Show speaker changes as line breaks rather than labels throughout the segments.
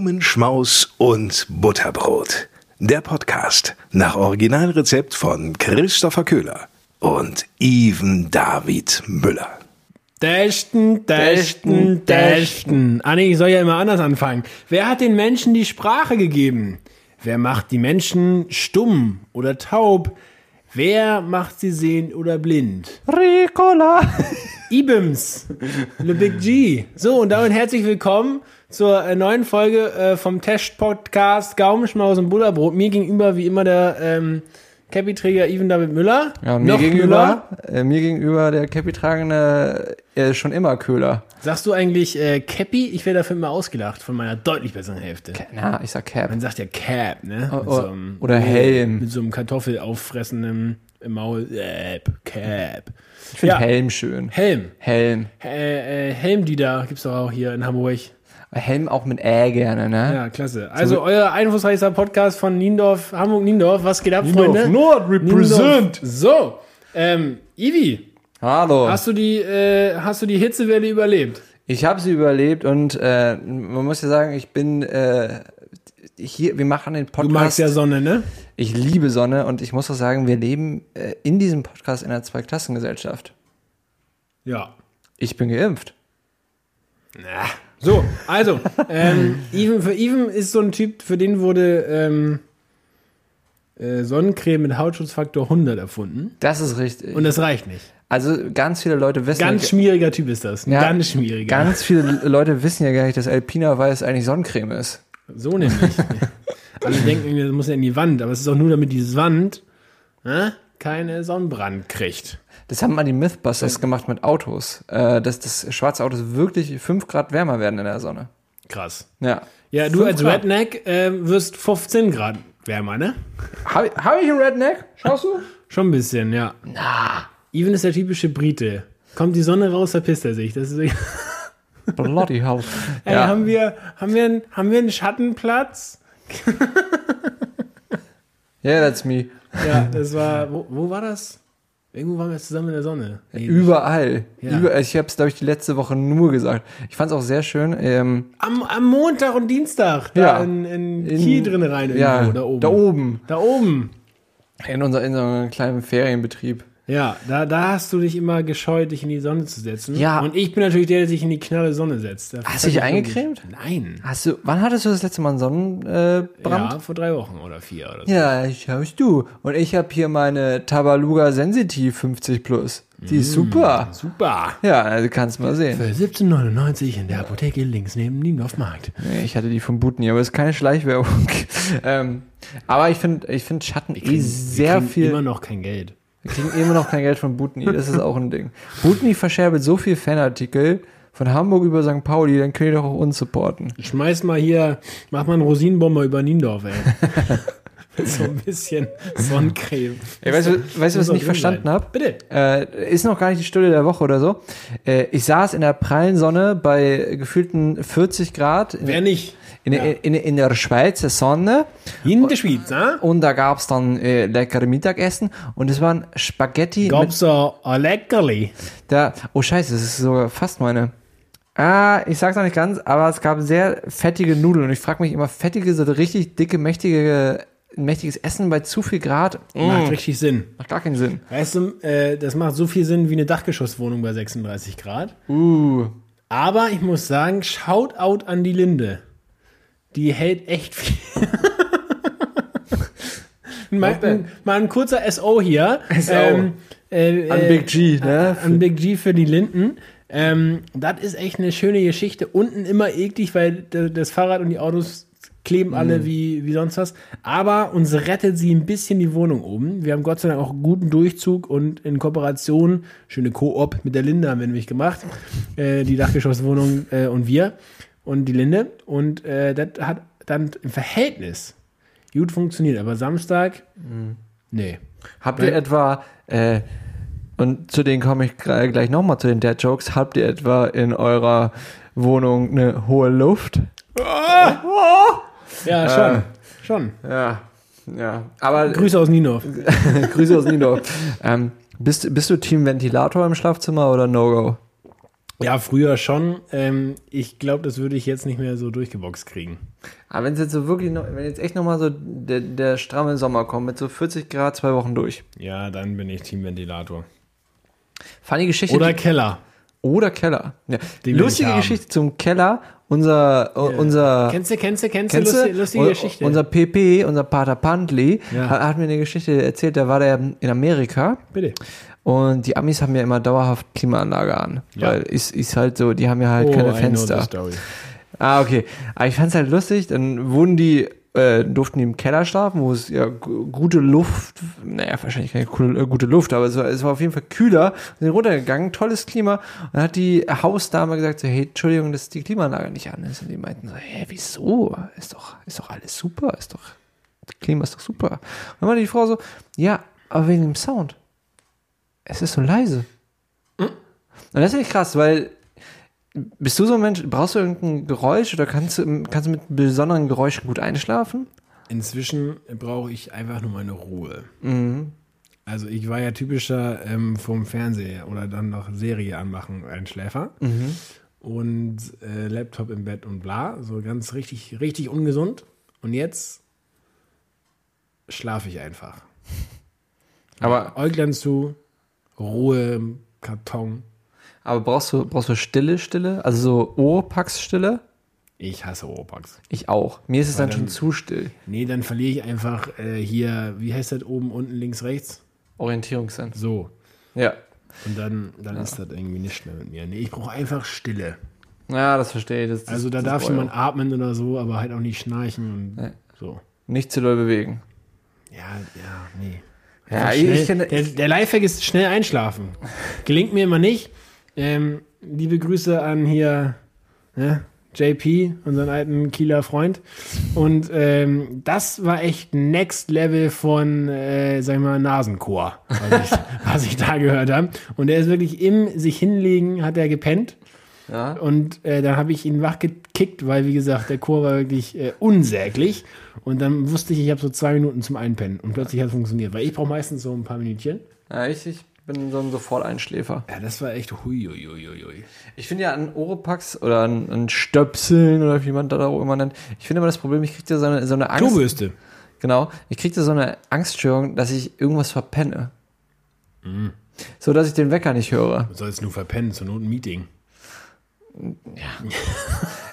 Gaumenschmaus und Butterbrot. Der Podcast nach Originalrezept von Christopher Köhler und Even David Müller.
Dächten, dächten, dächten. Ah nee, ich soll ja immer anders anfangen. Wer hat den Menschen die Sprache gegeben? Wer macht die Menschen stumm oder taub? Wer macht sie sehend oder blind?
Ricola.
Ibims, Le Big G. So, und damit herzlich willkommen zur äh, neuen Folge äh, vom Test-Podcast Gaumenschmaus und Butterbrot. Mir gegenüber wie immer der ähm, Cappy-Träger Even David Müller.
Ja, mir
Noch
gegenüber,
Müller.
äh, mir gegenüber der Käppi-tragende äh, schon immer Köhler.
Sagst du eigentlich äh, Cappy? Ich werde dafür immer ausgelacht von meiner deutlich besseren Hälfte.
Na, ich sag Cap.
Man sagt ja Cap, ne?
O-
Mit
o-
einem-
Oh, oder Helm.
Mit so einem Kartoffelauffressenden im Maul. Cap, Cap.
Ich finde Helm schön.
Helm.
Helm.
Äh, äh, Helmdieter gibt's doch auch hier in Hamburg.
Helm auch mit Ä gerne, ne?
Ja, klasse. Also euer einflussreichster Podcast von Niendorf, Hamburg-Niendorf. Was geht ab, Freunde?
Nord
Niendorf. So, ähm, Ivi,
Hallo.
hast du die, äh, hast du die Hitzewelle überlebt?
Ich habe sie überlebt und äh, man muss ja sagen, ich bin äh, hier, wir machen den Podcast.
Du magst ja Sonne, ne?
ich liebe Sonne und ich muss auch sagen, wir leben äh, in diesem Podcast in einer Zweiklassengesellschaft.
Ja.
Ich bin geimpft.
Na. So, also, ähm, Even, für Even ist so ein Typ, für den wurde ähm, äh, Sonnencreme mit Hautschutzfaktor 100 erfunden.
Das ist richtig.
Und das reicht nicht.
also ganz viele Leute wissen
Ganz schmieriger Typ ist das. Ein
Ja,
ganz schmieriger.
Ganz viele Leute wissen ja gar nicht, dass Alpina Weiß eigentlich Sonnencreme ist.
So nämlich. Alle denken, irgendwie, das muss ja in die Wand, aber es ist auch nur, damit diese Wand ne, keine Sonnenbrand kriegt.
Das haben mal die Mythbusters gemacht mit Autos, äh, dass das schwarze Autos wirklich 5 Grad wärmer werden in der Sonne.
Krass.
Ja.
Ja, du
Fünf
als
Grad.
Redneck ähm, wirst 15 Grad wärmer, ne?
Habe hab ich einen Redneck? Schaust du?
Schon ein bisschen, ja. Na. Even ist der typische Brite. Kommt die Sonne raus, verpisst er sich. Das ist, ey,
Bloody hell.
haben, wir, haben, wir einen, haben wir einen Schattenplatz?
yeah, that's me.
Ja, das war, wo, wo war das? Irgendwo waren wir zusammen in der Sonne.
Äh, Überall.
Ja.
Überall. Ich habe es, glaube ich, die letzte Woche nur gesagt. Ich fand es auch sehr schön. Ähm,
Am, am Montag und Dienstag, da
Ja.
in, in,
in-
Kiel drin rein, irgendwo,
ja,
da oben.
Da oben.
Da oben.
In, unser, in so einem kleinen Ferienbetrieb.
Ja, da, da hast du dich immer gescheut, dich in die Sonne zu setzen.
Ja.
Und ich bin natürlich der, der sich in die knalle Sonne setzt. Da
Hast du dich
völlig
eingecremt?
logisch. Nein.
Hast du, wann hattest du das letzte Mal einen Sonnenbrand? Äh, Brand?
Ja, vor drei Wochen oder vier oder so.
Ja, ich hab's du. Und ich hab hier meine Tabaluga Sensitiv 50 Plus. Die
Mm.
ist super.
Super.
Ja, also kannst mal
Für
sehen.
17,99 in der Apotheke links neben Niendorf Markt.
Nee, Ich hatte die von Butni, aber ist keine Schleichwerbung. ähm, aber ich finde ich find Schatten eh sehr
Kriegen
viel.
Immer noch kein Geld.
wir kriegen immer noch kein Geld von Butni, das ist auch ein Ding. Butni verscherbelt so viel Fanartikel von Hamburg über St. Pauli, dann könnt ihr doch auch uns supporten.
Schmeiß mal hier, mach mal einen Rosinenbomber über Niendorf, ey. Mit so ein bisschen Sonnencreme.
Ey, weißt du, weißt du was
Muss
ich nicht
doch drin sein.
verstanden hab?
Bitte.
Äh, ist noch gar nicht die Stunde der Woche oder so. Äh, ich saß in der prallen Sonne bei gefühlten 40 Grad. In
Wer nicht?
in,
Ja.
in, in der Schweizer Sonne
In der Schweiz, ne?
und da gab's dann äh, leckere Mittagessen und es waren Spaghetti
Gab's da ein Leckerli?
mit der, oh scheiße, das ist sogar fast meine. Ah, ich sag's noch nicht ganz, aber es gab sehr fettige Nudeln und ich frage mich immer, fettige, so richtig dicke, mächtige, mächtiges Essen bei zu viel Grad,
Macht
mm,
richtig Sinn.
macht gar keinen Sinn.
Weißt du, äh, das macht so viel Sinn wie eine Dachgeschosswohnung bei 36 Grad.
Uh,
Aber ich muss sagen, Shoutout an die Linde. Die hält echt viel. mal, ein, mal ein kurzer SO hier.
SO.
äh,
an
äh,
Big G, ne?
an Big G für die Linden. Ähm, das ist echt eine schöne Geschichte. Unten immer eklig, weil d- das Fahrrad und die Autos kleben alle wie, wie sonst was. Aber uns rettet sie ein bisschen die Wohnung oben. Wir haben Gott sei Dank auch guten Durchzug und in Kooperation, schöne Koop mit der Linde haben wir nämlich gemacht. Äh, die Dachgeschosswohnung äh, und wir und die Linde. Und äh, das hat dann im Verhältnis gut funktioniert. Aber Samstag, nee.
Habt ihr etwa, äh, und zu denen komme ich gra- gleich nochmal zu den Dad Jokes, habt ihr etwa in eurer Wohnung eine hohe Luft? Ah!
Ja, schon. Schon.
Ja, ja. Aber
Grüße aus Niendorf.
Grüße aus Niendorf. ähm, bist, bist du Team Ventilator im Schlafzimmer oder No-Go?
Ja, früher schon. Ähm, ich glaube, das würde ich jetzt nicht mehr so durchgeboxt kriegen.
Aber wenn es Ah, jetzt so wirklich noch, wenn jetzt echt nochmal so der, der stramme Sommer kommt, mit so 40 Grad zwei Wochen durch.
Ja, dann bin ich Teamventilator.
Funny Geschichte.
Oder Keller.
Oder Keller. Ja.
will ich
Lustige
haben.
Geschichte zum Keller. Unser, äh, unser,
Kennst du, kennst du, kennst du?
Kennst du?
Lustige, lustige
Un-
Geschichte.
Unser PP, unser Pater Pantli,
Ja.
hat, hat mir eine Geschichte erzählt, da war der in Amerika
Bitte.
und die Amis haben ja immer dauerhaft Klimaanlage an.
Ja. Oh,
Weil ist, ist halt so, die haben ja halt keine
I know the
Fenster.
story.
Ah, okay. Aber ich fand's halt lustig, dann wurden die, äh, durften die im Keller schlafen, wo es ja gu- gute Luft, naja, wahrscheinlich keine coole, äh, gute Luft, aber es war, es war auf jeden Fall kühler, sind runtergegangen, tolles Klima. Und dann hat die Hausdame gesagt, so, hey, Entschuldigung, dass die Klimaanlage nicht an ist. Und die meinten so, hä, wieso? Ist doch, ist doch alles super, ist doch, das Klima ist doch super. Und dann meinte die Frau so, ja, aber wegen dem Sound. Es ist so leise. Und das finde ich krass, weil bist du so ein Mensch, brauchst du irgendein Geräusch oder kannst du, kannst du mit besonderen Geräuschen gut einschlafen?
Inzwischen brauche ich einfach nur meine Ruhe.
Mhm.
Also ich war ja typischer ähm, vom Fernseher oder dann noch Serie anmachen Einschläfer
Mhm.
und äh, Laptop im Bett und bla, so ganz richtig richtig ungesund. Und jetzt schlafe ich einfach.
Aber,
Äuglein zu, Ruhe im Karton.
aber brauchst du, brauchst du Stille, Stille? Also so Ohrpacks-Stille?
Ich hasse Opax.
Ich auch. Mir ist es dann schon
dann-
zu still.
Nee, dann verliere ich einfach äh, hier, wie heißt das oben, unten, links, rechts?
Orientierungssinn.
So.
Ja.
Und dann, dann ist das irgendwie nicht mehr mit mir. Nee, ich brauche einfach Stille.
Ja, das verstehe ich. Das, das,
Also da
das
darf
ist
jemand
Euro.
atmen oder so, aber halt auch nicht schnarchen und
Ja.
so.
nicht zu doll bewegen.
Ja, ja, nee.
Ja,
Also Schnell,
ich kenne.
der, der Lifehack ist schnell einschlafen. Gelingt mir immer nicht. Ähm, liebe Grüße an hier ne, JP, unseren alten Kieler Freund. Und ähm, das war echt Next Level von, äh, sag ich mal, Nasenchor, was ich, was ich da gehört habe. Und der ist wirklich im sich hinlegen, hat er gepennt.
Ja.
Und äh, dann habe ich ihn wachgekickt, weil, wie gesagt, der Chor war wirklich äh, unsäglich. Und dann wusste ich, ich habe so zwei Minuten zum Einpennen. Und plötzlich hat es funktioniert, weil ich brauche meistens so ein paar Minütchen.
Ja, ich, ich bin so ein Soforteinschläfer.
Ja, das war echt huiuiuiui.
Ich finde ja an Oropax oder an, an Stöpseln oder wie man das auch immer nennt, ich finde immer das Problem, ich kriege da so eine, so eine Angst.
Klobürste.
Genau. Ich kriegte so eine Angststörung, dass ich irgendwas verpenne. So dass ich den Wecker nicht höre.
Du sollst nur verpennen, zur Not ein Meeting.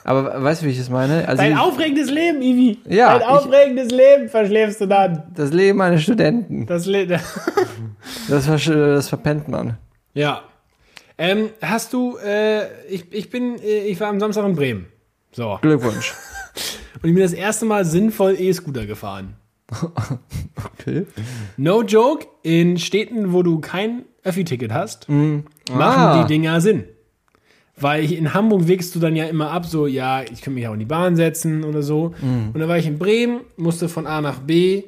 Aber weißt du, wie ich es meine? Also
Dein
ich-
aufregendes Leben, Ivi.
Ja,
Dein
ich-
aufregendes Leben verschläfst du dann.
das Leben eines Studenten.
Das Le
Das, versch- das verpennt man.
Ja. Ähm, hast du, äh, ich, ich bin, äh, ich war am Samstag in Bremen. So.
Glückwunsch.
Und ich bin das erste Mal sinnvoll E-Scooter gefahren.
Okay.
No joke, in Städten, wo du kein Öffi-Ticket hast, machen
Ah.
die Dinger Sinn. Weil ich- in Hamburg wägst du dann ja immer ab, so, ja, ich könnte mich auch in die Bahn setzen oder so. Und dann war ich in Bremen, musste von A nach B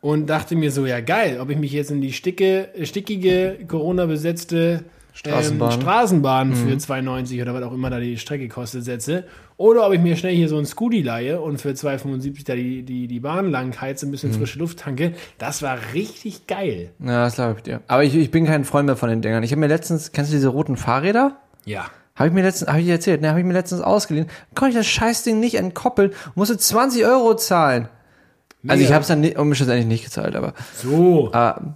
und dachte mir so, ja geil, ob ich mich jetzt in die sticke, äh, stickige, Corona-besetzte
Straßenbahn. Mhm.
Ähm, Straßenbahn für 2,90 oder was auch immer da die Strecke kostet, setze. Oder ob ich mir schnell hier so einen Scooty leihe und für 2,75 da die, die, die Bahn lang heize, ein
Mhm.
bisschen frische Luft tanke. Das war richtig geil.
Ja, das glaube ich dir. Aber ich, ich bin kein Freund mehr von den Dingern. Ich habe mir letztens, kennst du diese roten Fahrräder?
Ja.
Habe ich mir letztens, habe ich dir erzählt, ne, habe ich mir letztens ausgeliehen. Konnte ich das Scheißding nicht entkoppeln, musste 20 Euro zahlen. Also
Mega.
ich habe es dann nicht, um schlussendlich nicht gezahlt, aber
So.
Ah.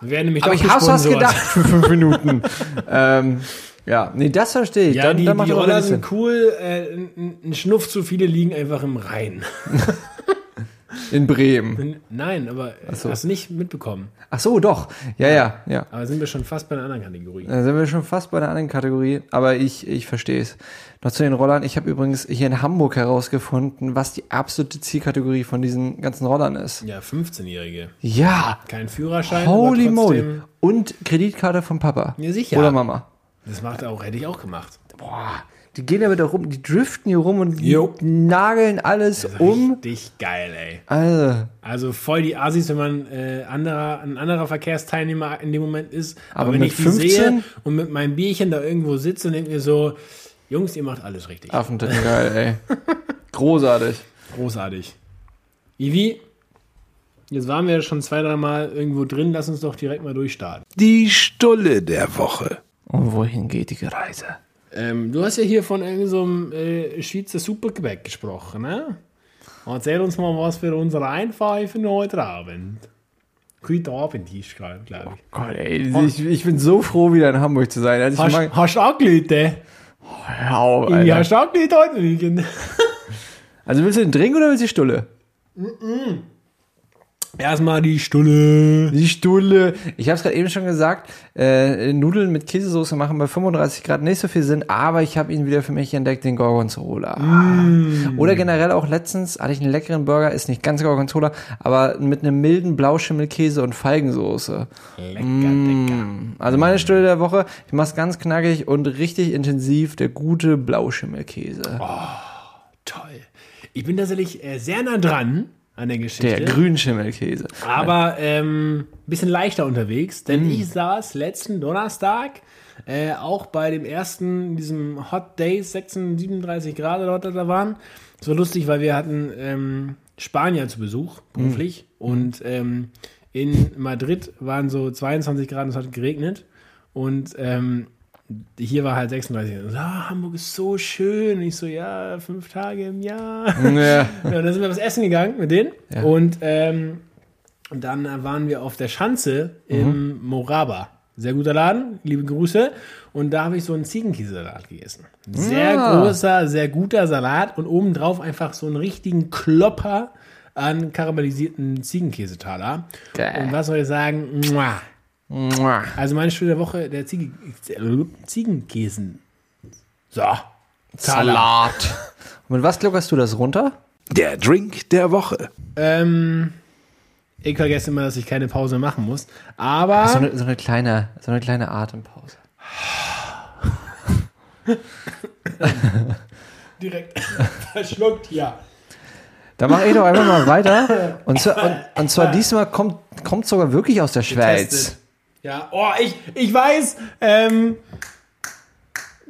Wir werden nämlich
Aber
doch
ich hab's was
gesponsert.
gedacht für fünf Minuten. ähm, ja, nee, das verstehe ich.
Ja,
dann,
die,
dann macht
die
aber
Roller
wenig
sind cool. Äh, ein, ein Schnuff zu viele liegen einfach im Rhein.
Sinn. In Bremen.
Nein, aber
so.
hast du nicht mitbekommen.
Ach so, doch. Ja, ja, ja.
Aber sind wir schon fast bei einer anderen Kategorie.
Da sind wir schon fast bei einer anderen Kategorie, aber ich, ich verstehe es. Noch zu den Rollern. Ich habe übrigens hier in Hamburg herausgefunden, was die absolute Zielkategorie von diesen ganzen Rollern ist.
Ja, 15-Jährige.
Ja,
Kein Führerschein.
holy
aber trotzdem,
moly. Und Kreditkarte von Papa.
Ja, sicher.
Oder Mama.
Das macht auch, hätte ich auch gemacht.
Boah, die gehen damit auch rum, die driften hier rum und
Jo.
nageln alles um.
Richtig geil, ey.
Also,
Also voll die Assis, wenn man äh, anderer, ein anderer Verkehrsteilnehmer in dem Moment ist. Aber,
Aber
wenn
mit
ich die
15?
sehe und mit meinem Bierchen da irgendwo sitze und denke mir so, Jungs, ihr macht alles richtig.
Affentetten geil, ey. Großartig.
Großartig. Ivi, jetzt waren wir ja schon zwei, dreimal irgendwo drin. Lass uns doch direkt mal durchstarten.
Die Stulle der Woche.
Und wohin geht die Reise?
Ähm, du hast ja hier von irgendeinem so einem, äh, Schweizer Supergebäck gesprochen, ne? Erzähl uns mal was für unsere Einpfeifen heute Abend. Heute Abend ist gerade, glaube ich.
Gott, ey, ich, ich bin so froh, wieder in Hamburg zu sein. Also ich
Hast,
mag,
hast du angerufen?
hör auf,
Ich
Alter.
hast du angerufen heute Morgen.
Also willst du den Drink oder willst du die Stulle?
Erstmal die Stulle.
Die Stulle. Ich habe es gerade eben schon gesagt, äh, Nudeln mit Käsesoße machen bei 35 Grad nicht so viel Sinn, aber ich habe ihn wieder für mich entdeckt, den Gorgonzola. Oder generell auch letztens hatte ich einen leckeren Burger, ist nicht ganz Gorgonzola, aber mit einem milden Blauschimmelkäse und Feigensoße.
Lecker, lecker.
Also meine Stulle der Woche, ich mach's ganz knackig und richtig intensiv, der gute Blauschimmelkäse.
Oh, Toll. Ich bin tatsächlich äh, sehr nah dran an der Geschichte.
der Grünschimmelkäse.
aber ähm, ein bisschen leichter unterwegs, denn ich saß letzten Donnerstag äh, auch bei dem ersten, diesem Hot Days, 36, 37 Grad oder was das da waren. Es war lustig, weil wir hatten ähm, Spanier zu Besuch, beruflich, und ähm, in Madrid waren so 22 Grad und es hat geregnet. Und ähm, hier war halt 36. Und so, ah, Hamburg ist so schön. Und ich so, ja, fünf Tage im Jahr.
Ja.
Ja, Genau, dann sind wir was essen gegangen mit denen.
Ja.
Und ähm, dann waren wir auf der Schanze im
Mhm.
Moraba. Sehr guter Laden, liebe Grüße. Und da habe ich so einen Ziegenkäsesalat gegessen. Sehr
Ah.
großer, sehr guter Salat und obendrauf einfach so einen richtigen Klopper an karamellisierten Ziegenkäsetaler.
Geil.
Und was soll ich sagen? Mua.
Mua.
Also meine Schule der Woche, der Ziege, Ziegenkäsen. So. Taler.
Salat. Und mit was gluckerst du das runter?
Der Drink der Woche.
Ähm, ich vergesse immer, dass ich keine Pause machen muss. Aber
So eine, so eine kleine, so eine kleine Atempause.
direkt verschluckt, ja.
Da mache ich doch einfach mal weiter. Und zwar, und, und zwar diesmal kommt, kommt sogar wirklich aus der Schweiz.
Testet. Ja, oh, ich, ich weiß, ähm,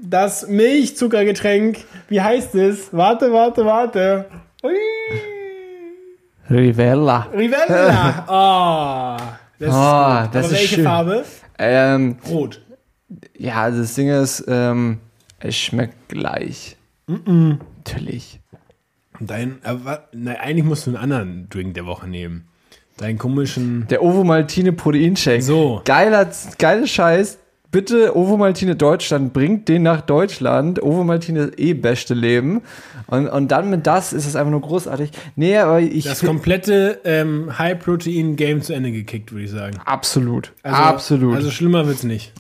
das Milchzuckergetränk, wie heißt es? Warte, warte, warte. Ui,
Rivella.
Rivella. Oh, das
Ah,
ist gut. Aber
das ist
welche
schön.
Farbe?
Ähm,
Rot.
ja, also das Ding ist, ähm, es schmeckt gleich. Natürlich.
Dein, aber, nein, eigentlich musst du einen anderen Drink der Woche nehmen. Deinen komischen.
Der Ovomaltine Proteinshake.
So.
Geiler, geiler Scheiß. Bitte Ovomaltine Deutschland, bringt den nach Deutschland. Ovomaltine ist eh beste Leben. Und, und dann mit das ist es einfach nur großartig. Nee, aber ich.
Das komplette ähm, High-Protein-Game zu Ende gekickt, würde ich sagen.
absolut.
Also-
absolut.
Also schlimmer wird's nicht.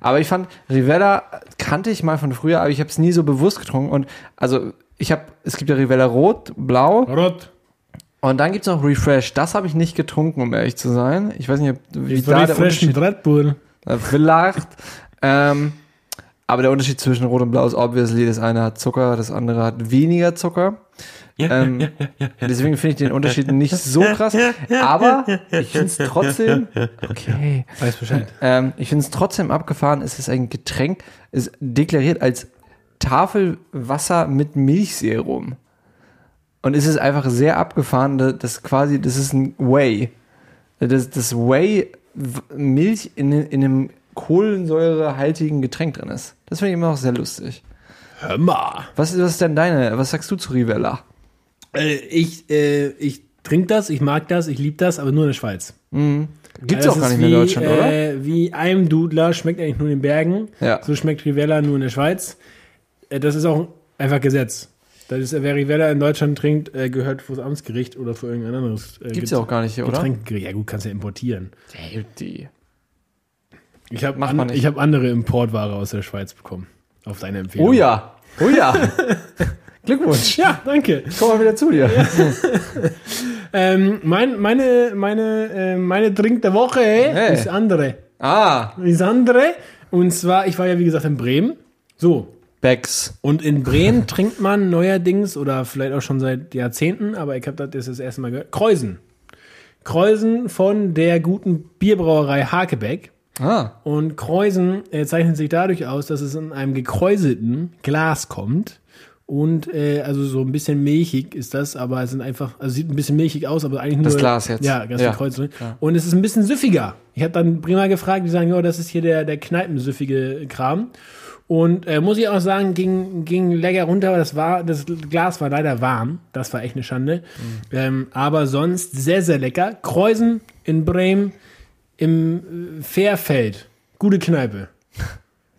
Aber ich fand, Rivella kannte ich mal von früher, aber ich habe es nie so bewusst getrunken. Und also, ich habe, es gibt ja Rivella Rot, Blau
Rot.
und dann gibt es noch Refresh. Das habe ich nicht getrunken, um ehrlich zu sein. Ich weiß nicht, ob, wie
Ich war
da
die
der
frisch mit
Unterschied
Red Bull.
äh, Vielleicht. ähm, aber der Unterschied zwischen Rot und Blau ist obviously, das eine hat Zucker, das andere hat weniger Zucker. ähm, deswegen finde ich den Unterschied nicht so krass. aber ich finde es trotzdem. Okay.
Weiß Bescheid.
Ähm, ich finde es trotzdem abgefahren. Es ist ein Getränk, ist deklariert als Tafelwasser mit Milchserum. Und es ist einfach sehr abgefahren, da- dass quasi, das ist ein Whey. Das, das Whey w- Milch in, in einem kohlensäurehaltigen Getränk drin ist. Das finde ich immer noch sehr lustig.
Hör mal.
Was, was ist denn deine, was sagst du zu Rivella?
Äh, ich äh, ich trinke das, ich mag das, ich liebe das, aber nur in der Schweiz.
Gibt's
Das
auch gar
ist
nicht mehr in
wie,
Deutschland, oder?
Äh, wie einem Dudler schmeckt eigentlich nur in den Bergen.
Ja.
So schmeckt Rivella nur in der Schweiz. Äh, das ist auch einfach Gesetz. Das ist, wer Rivella in Deutschland trinkt, äh, gehört vor das Amtsgericht oder vor irgendein anderes äh,
Gibt's ja auch gar nicht, oder?
Getränk. Ja gut, kannst ja importieren.
Die.
Ich habe
Macht man
an,
nicht.
ich hab andere Importware aus der Schweiz bekommen. Auf deine Empfehlung.
Oh ja, oh ja. Glückwunsch.
Ja, danke.
Komm mal wieder zu dir.
Ähm, mein, meine, meine, äh, meine Drink der Woche
Hey.
ist andere.
Ah,
Ist andere. Und zwar, ich war ja wie gesagt in Bremen. So.
Becks.
Und in Bremen trinkt man neuerdings oder vielleicht auch schon seit Jahrzehnten, aber ich habe das jetzt das erste Mal gehört. Kreusen. Kreusen von der guten Bierbrauerei Hakebeck.
Ah,
Und Kreusen äh, zeichnet sich dadurch aus, dass es in einem gekräuselten Glas kommt. Und äh, also so ein bisschen milchig ist das, aber es sind einfach, also sieht ein bisschen milchig aus, aber eigentlich nur.
Das Glas jetzt.
Ja, ganz
Ja.
ja. gekräuselt. Und es ist ein bisschen süffiger. Ich habe dann prima gefragt, die sagen, ja, das ist hier der, der kneipensüffige Kram. Und äh, muss ich auch sagen, ging, ging lecker runter, aber das, war, das Glas war leider warm. Das war echt eine Schande.
Mhm.
Ähm, aber sonst sehr, sehr lecker. Kreuzen in Bremen im äh, Fährfeld. Gute Kneipe.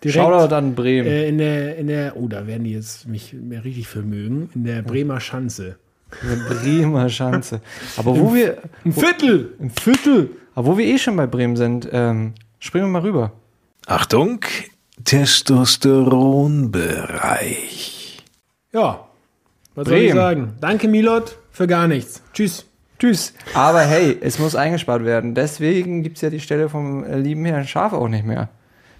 Direkt,
Shoutout an Bremen.
äh, in der, in der, oh, da werden die jetzt mich mehr richtig vermögen. In der Bremer Schanze.
Eine Bremer Schanze. Aber wo wir
Ein Viertel!
im Viertel, aber wo wir eh schon bei Bremen sind, ähm, springen wir mal rüber.
Achtung, Testosteronbereich.
Ja. Was soll ich
Bremen.
sagen? Danke, Milot, für gar nichts. Tschüss.
Tschüss. Aber hey, es muss eingespart werden. Deswegen gibt es ja die Stelle vom äh, lieben Herrn Schaf auch nicht mehr.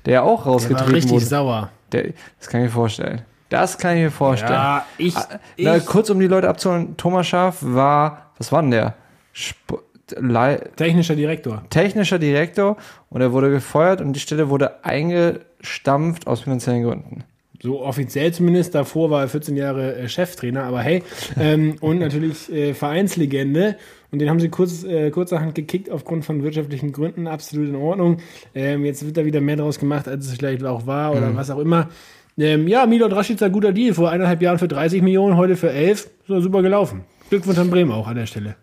Der ja auch
Der war
rausgetrieben
richtig
wurde.
sauer.
Der, das kann ich mir vorstellen. Das kann ich mir vorstellen.
Ja, ich, ich
Na, kurz um die Leute abzuholen, Thomas Schaf war, was war denn der? Sp Lei-
technischer Direktor.
technischer Direktor und er wurde gefeuert und die Stelle wurde eingestampft aus finanziellen Gründen.
So offiziell zumindest. Davor war er 14 Jahre äh, Cheftrainer, aber hey. Ähm, und natürlich äh, Vereinslegende. Und den haben sie kurz, äh, kurzerhand gekickt aufgrund von wirtschaftlichen Gründen. Absolut in Ordnung. Ähm, jetzt wird da wieder mehr draus gemacht, als es vielleicht auch war oder was auch immer. Ähm, ja, Milot Rashica, guter Deal. Vor eineinhalb Jahren für 30 Millionen, heute für 11. So, super gelaufen. Glückwunsch an Bremen auch an der Stelle.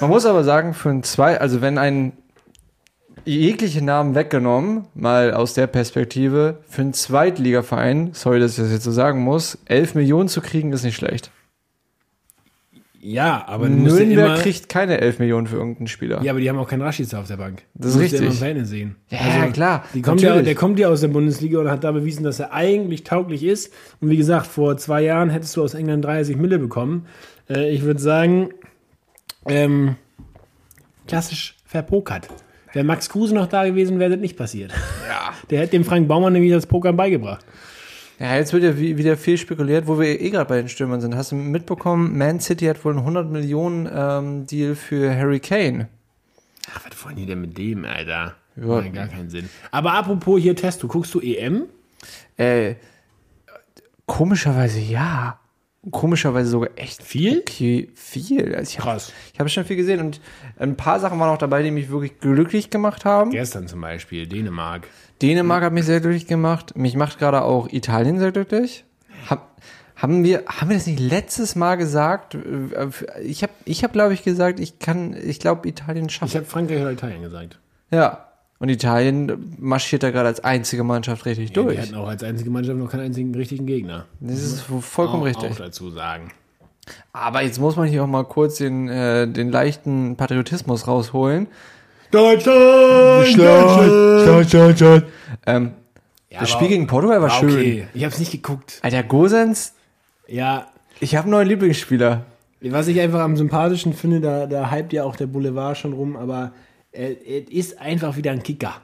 Man muss aber sagen, für ein zwei, also wenn ein jegliche Namen weggenommen, mal aus der Perspektive, für einen Zweitligaverein, sorry, dass ich das jetzt so sagen muss, 11 Millionen zu kriegen ist nicht schlecht.
Ja, aber
Nürnberg kriegt keine 11 Millionen für irgendeinen Spieler.
Ja, aber die haben auch keinen Rashica auf der Bank.
Das
Musst
ist
du
richtig.
Immer im Verhältnis sehen. Also,
Ja, klar,
Die kommt ja,
natürlich.
der kommt ja aus der Bundesliga und hat da bewiesen, dass er eigentlich tauglich ist. Und wie gesagt, vor zwei Jahren hättest du aus England 30 Mille bekommen. Äh, ich würde sagen, ähm, klassisch verpokert. Wäre Max Kruse noch da gewesen, wäre das nicht passiert.
Ja.
Der hätte dem Frank Baumann nämlich das Pokern beigebracht.
Ja, jetzt wird ja wie- wieder viel spekuliert, wo wir eh gerade bei den Stürmern sind. Hast du mitbekommen, Man City hat wohl einen 100 Millionen ähm, Deal für Harry Kane.
Ach, was wollen die denn mit dem, Alter? Ja.
Macht
gar keinen Sinn. Aber apropos hier Testo, guckst du E EM?
Äh, komischerweise ja. Komischerweise sogar echt
Viel?
Okay, viel. Also ich hab-
Krass.
Ich habe schon viel gesehen und ein paar Sachen waren auch dabei, die mich wirklich glücklich gemacht haben.
Gestern zum Beispiel, Dänemark.
Dänemark hat mich sehr glücklich gemacht. Mich macht gerade auch Italien sehr glücklich. Hab, haben wir, haben wir das nicht letztes Mal gesagt? Äh, Ich habe, ich habe, glaube ich, gesagt, ich kann, ich glaube, Italien schafft.
Ich habe Frankreich oder Italien gesagt.
Ja. Und Italien marschiert da gerade als einzige Mannschaft richtig
Ja,
durch.
Die hatten auch als einzige Mannschaft noch keinen einzigen richtigen Gegner.
das ist vollkommen
auch,
richtig.
Auch dazu sagen.
Aber jetzt muss man hier auch mal kurz den, äh, den leichten Patriotismus rausholen.
Deutschland!
Ähm, das Spiel gegen Portugal war schön.
Okay, ich habe es nicht geguckt.
Alter, Gosens,
Ja,
ich habe einen neuen Lieblingsspieler.
was ich einfach am sympathischen finde, da, da hypt ja auch der Boulevard schon rum, aber er, er ist einfach wieder ein Kicker.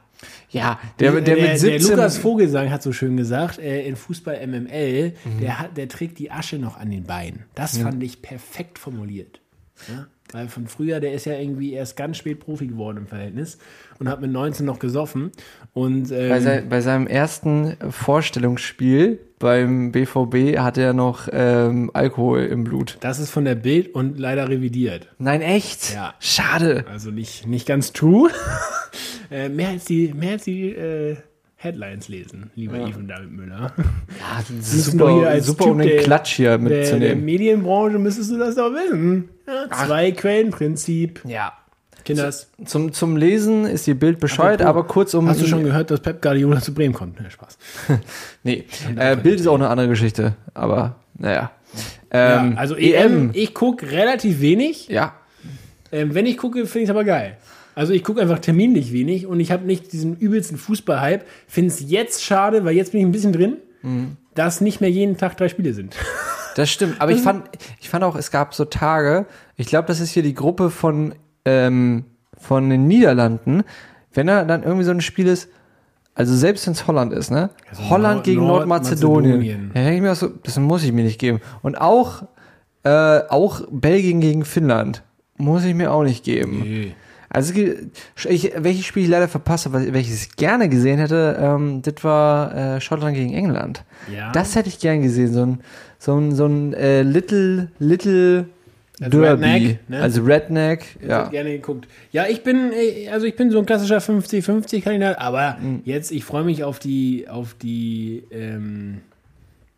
Ja, der, der, mit
der
17.
Lukas Vogelsang hat so schön gesagt, äh, in Fußball MML,
Mhm.
der, hat, der trägt die Asche noch an den Beinen. Das fand ich perfekt formuliert. Ja? Weil von früher, der ist ja irgendwie erst ganz spät Profi geworden im Verhältnis und hat mit 19 noch gesoffen. Und ähm,
bei, sein, bei seinem ersten Vorstellungsspiel beim BVB hatte er noch ähm, Alkohol im Blut.
das ist von der Bild und leider revidiert.
Nein, echt?
Ja.
Schade.
Also nicht, nicht ganz true. äh, mehr als die, mehr als die äh, Headlines lesen, lieber ja. Even David Müller.
Ja, das ist
Müssen wir hier
super,
als
super
Typ
um den
der-
Klatsch
Der,
hier
der
mitzunehmen.
Medienbranche müsstest du das doch wissen. Ja, zwei Quellenprinzip.
ja.
Kinders.
Zum, zum Lesen ist die Bild bescheuert,
Apropos,
aber kurz um.
Hast du schon gehört, dass Pep Guardiola zu Bremen kommt? Ne, Spaß.
Nee, äh, Bild ist auch eine andere Geschichte, aber naja. Ähm,
ja, also EM, ich gucke relativ wenig.
Ja,
Ähm, wenn ich gucke, finde ich es aber geil. Also ich gucke einfach terminlich wenig und ich habe nicht diesen übelsten Fußball-Hype. Finde es jetzt schade, weil jetzt bin ich ein bisschen drin, dass nicht mehr jeden Tag drei Spiele sind.
das stimmt. Aber ich fand, ich fand auch, es gab so Tage, ich glaube, das ist hier die Gruppe von, ähm, von den Niederlanden, wenn da dann irgendwie so ein Spiel ist, also selbst wenn es Holland ist, ne? Holland
Also Nord-
gegen Nordmazedonien.
Nordmazedonien.
Da denke ich mir auch so, das muss ich mir nicht geben. Und auch, äh, auch Belgien gegen Finnland muss ich mir auch nicht geben. Also es gibt- ich, welches Spiel ich leider verpasst habe, welches ich gerne gesehen hätte, ähm, das war äh, Schottland gegen England.
Ja.
Das hätte ich gern gesehen, so ein, so ein, so ein äh, Little, Little
Also
Derby.
Redneck, ne?
Also Redneck, ja.
Wird gerne geguckt. Ja, ich bin, äh, also ich bin so ein klassischer 50-50-Kandidat, aber
Mhm.
jetzt, ich freue mich auf die, auf die, ähm,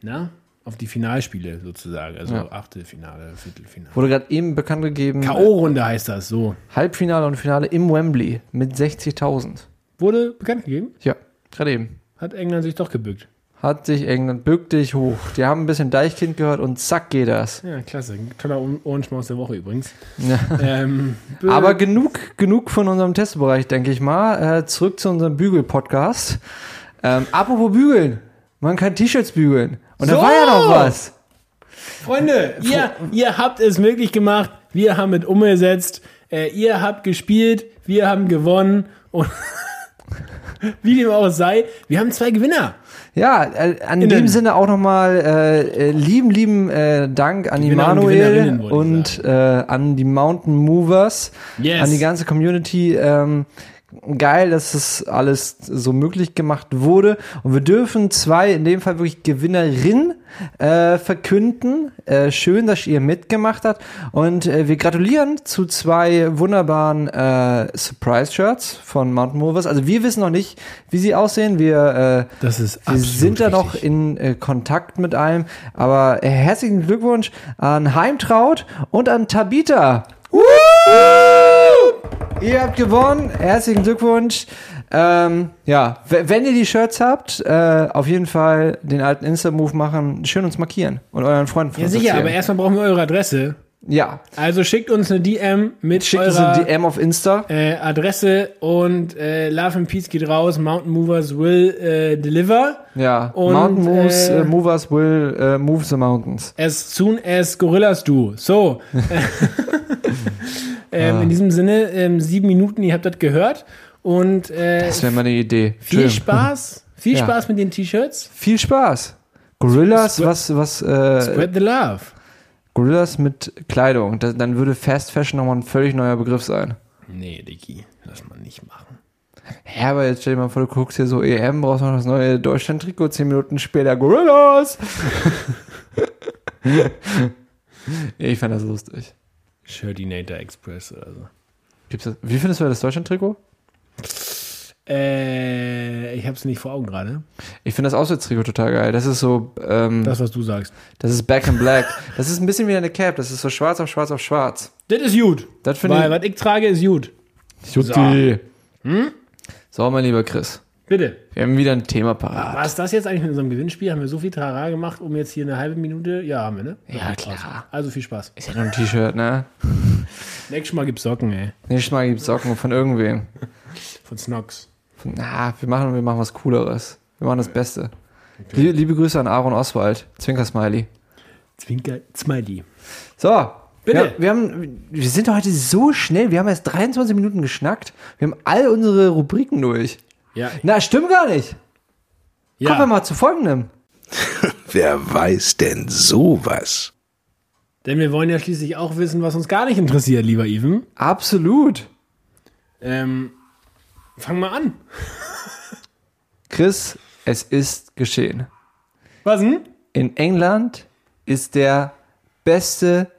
na, auf die Finalspiele sozusagen. Also
Ja.
Achtelfinale, Viertelfinale.
Wurde gerade eben bekannt gegeben,
K.O.-Runde heißt das, so.
Halbfinale und Finale im Wembley mit 60.000.
Wurde bekannt gegeben,
Ja, gerade eben.
hat England sich doch gebückt.
Hat sich England, bück dich hoch. Die haben ein bisschen Deichkind gehört und zack geht das.
Ja, klasse. Ein Toller Ohren- Ohrenschmaus der Woche übrigens.
Ja.
ähm, bö-
Aber genug, genug von unserem Testbereich, denke ich mal. Äh, zurück zu unserem Bügel-Podcast. Ähm, apropos Bügeln. Man kann T-Shirts bügeln. Und da
So!
war ja noch was.
Freunde, ihr, ihr habt es möglich gemacht. Wir haben es umgesetzt. Äh, ihr habt gespielt. Wir haben gewonnen. Und wie dem auch sei, wir haben zwei Gewinner.
Ja, äh, an
Innen.
dem Sinne auch nochmal äh, äh, lieben, lieben äh, Dank an
Gewinner und
Immanuel
Gewinnerinnen, wollte ich
und äh, an die Mountain Movers,
Yes.
an die ganze Community. Ähm, geil, dass es das alles so möglich gemacht wurde. Und wir dürfen zwei, in dem Fall wirklich Gewinnerin, äh, verkünden. Äh, schön, dass ihr mitgemacht habt. Und äh, wir gratulieren zu zwei wunderbaren äh, Surprise-Shirts von Mountain Movers. Also wir wissen noch nicht, wie sie aussehen. Wir äh,
Das ist
wir sind da noch in äh, Kontakt mit allem. Aber äh, herzlichen Glückwunsch an Heimtraut und an Tabita. Ihr habt gewonnen. Herzlichen Glückwunsch. Ähm, ja, w- wenn ihr die Shirts habt, äh, auf jeden Fall den alten Insta-Move machen, schön uns markieren und euren Freunden von
Ja,
uns
sicher, aber
erzählen.
erstmal brauchen wir eure Adresse.
Ja,
Also schickt uns eine DM mit
schickt uns
eurer
eine DM auf Insta.
Äh, Adresse und äh, Love and Peace geht raus. Mountain Movers will äh, deliver.
Ja,
und,
Mountain Moves,
äh,
äh, Movers will äh, move the mountains.
As soon as Gorillas do. So. ähm, In diesem Sinne, ähm, sieben Minuten, ihr habt das gehört. Und äh,
Das wäre mal eine Idee.
viel
Schön.
Spaß. Viel
Ja.
Spaß mit den T-Shirts.
Viel Spaß. Gorillas,
Spread-
was, was, äh,
Spread the love.
Gorillas mit Kleidung. Da, dann würde Fast Fashion nochmal ein völlig neuer Begriff sein.
Nee, Dicky, lass mal nicht machen.
Hä, aber jetzt stell dir mal vor, du guckst hier so EM, brauchst noch das neue Deutschland-Trikot, zehn Minuten später Gorillas. ich fand das lustig.
Shirtinator Express oder so.
Gibt's das, wie findest du das Deutschland-Trikot?
Äh, ich hab's nicht vor Augen
Hm.
gerade.
Ich finde das Auswärtstrikot total geil. Das ist so, ähm, das,
Das, was du sagst.
ist Back in Black. das ist ein bisschen wie eine Cap. Das ist so schwarz auf schwarz auf schwarz.
Das ist gut.
Das finde
Weil, was ich trage, ist gut.
ich. Jutti. Hm? So, mein lieber Chris.
Bitte.
Wir haben wieder ein Thema parat.
War es das jetzt eigentlich mit unserem Gewinnspiel? Haben wir so viel Trara gemacht, um jetzt hier eine halbe Minute? Ja, haben wir, ne?
Ja, klar.
Also viel Spaß.
Ist ja nur ein T-Shirt, ne?
Nächstes Mal gibt's Socken, ey.
Nächstes Mal gibt's Socken von irgendwem.
Von Snox.
Von, na, wir machen, wir machen was Cooleres. Wir machen das Beste. Lie- Liebe Grüße an Aaron Oswald. Zwinker-Smiley.
Zwinker, Smiley.
So.
Bitte.
Wir, wir, haben, wir sind heute so schnell. Wir haben erst 23 Minuten geschnackt. Wir haben all unsere Rubriken durch.
Ja.
Na, stimmt gar nicht.
ja.
Kommen wir mal zu folgendem.
Wer weiß denn sowas?
Denn wir wollen ja schließlich auch wissen, was uns gar nicht interessiert, lieber Even.
Absolut.
Ähm, fang mal an.
Chris, es ist geschehen.
Was denn?
In England ist der beste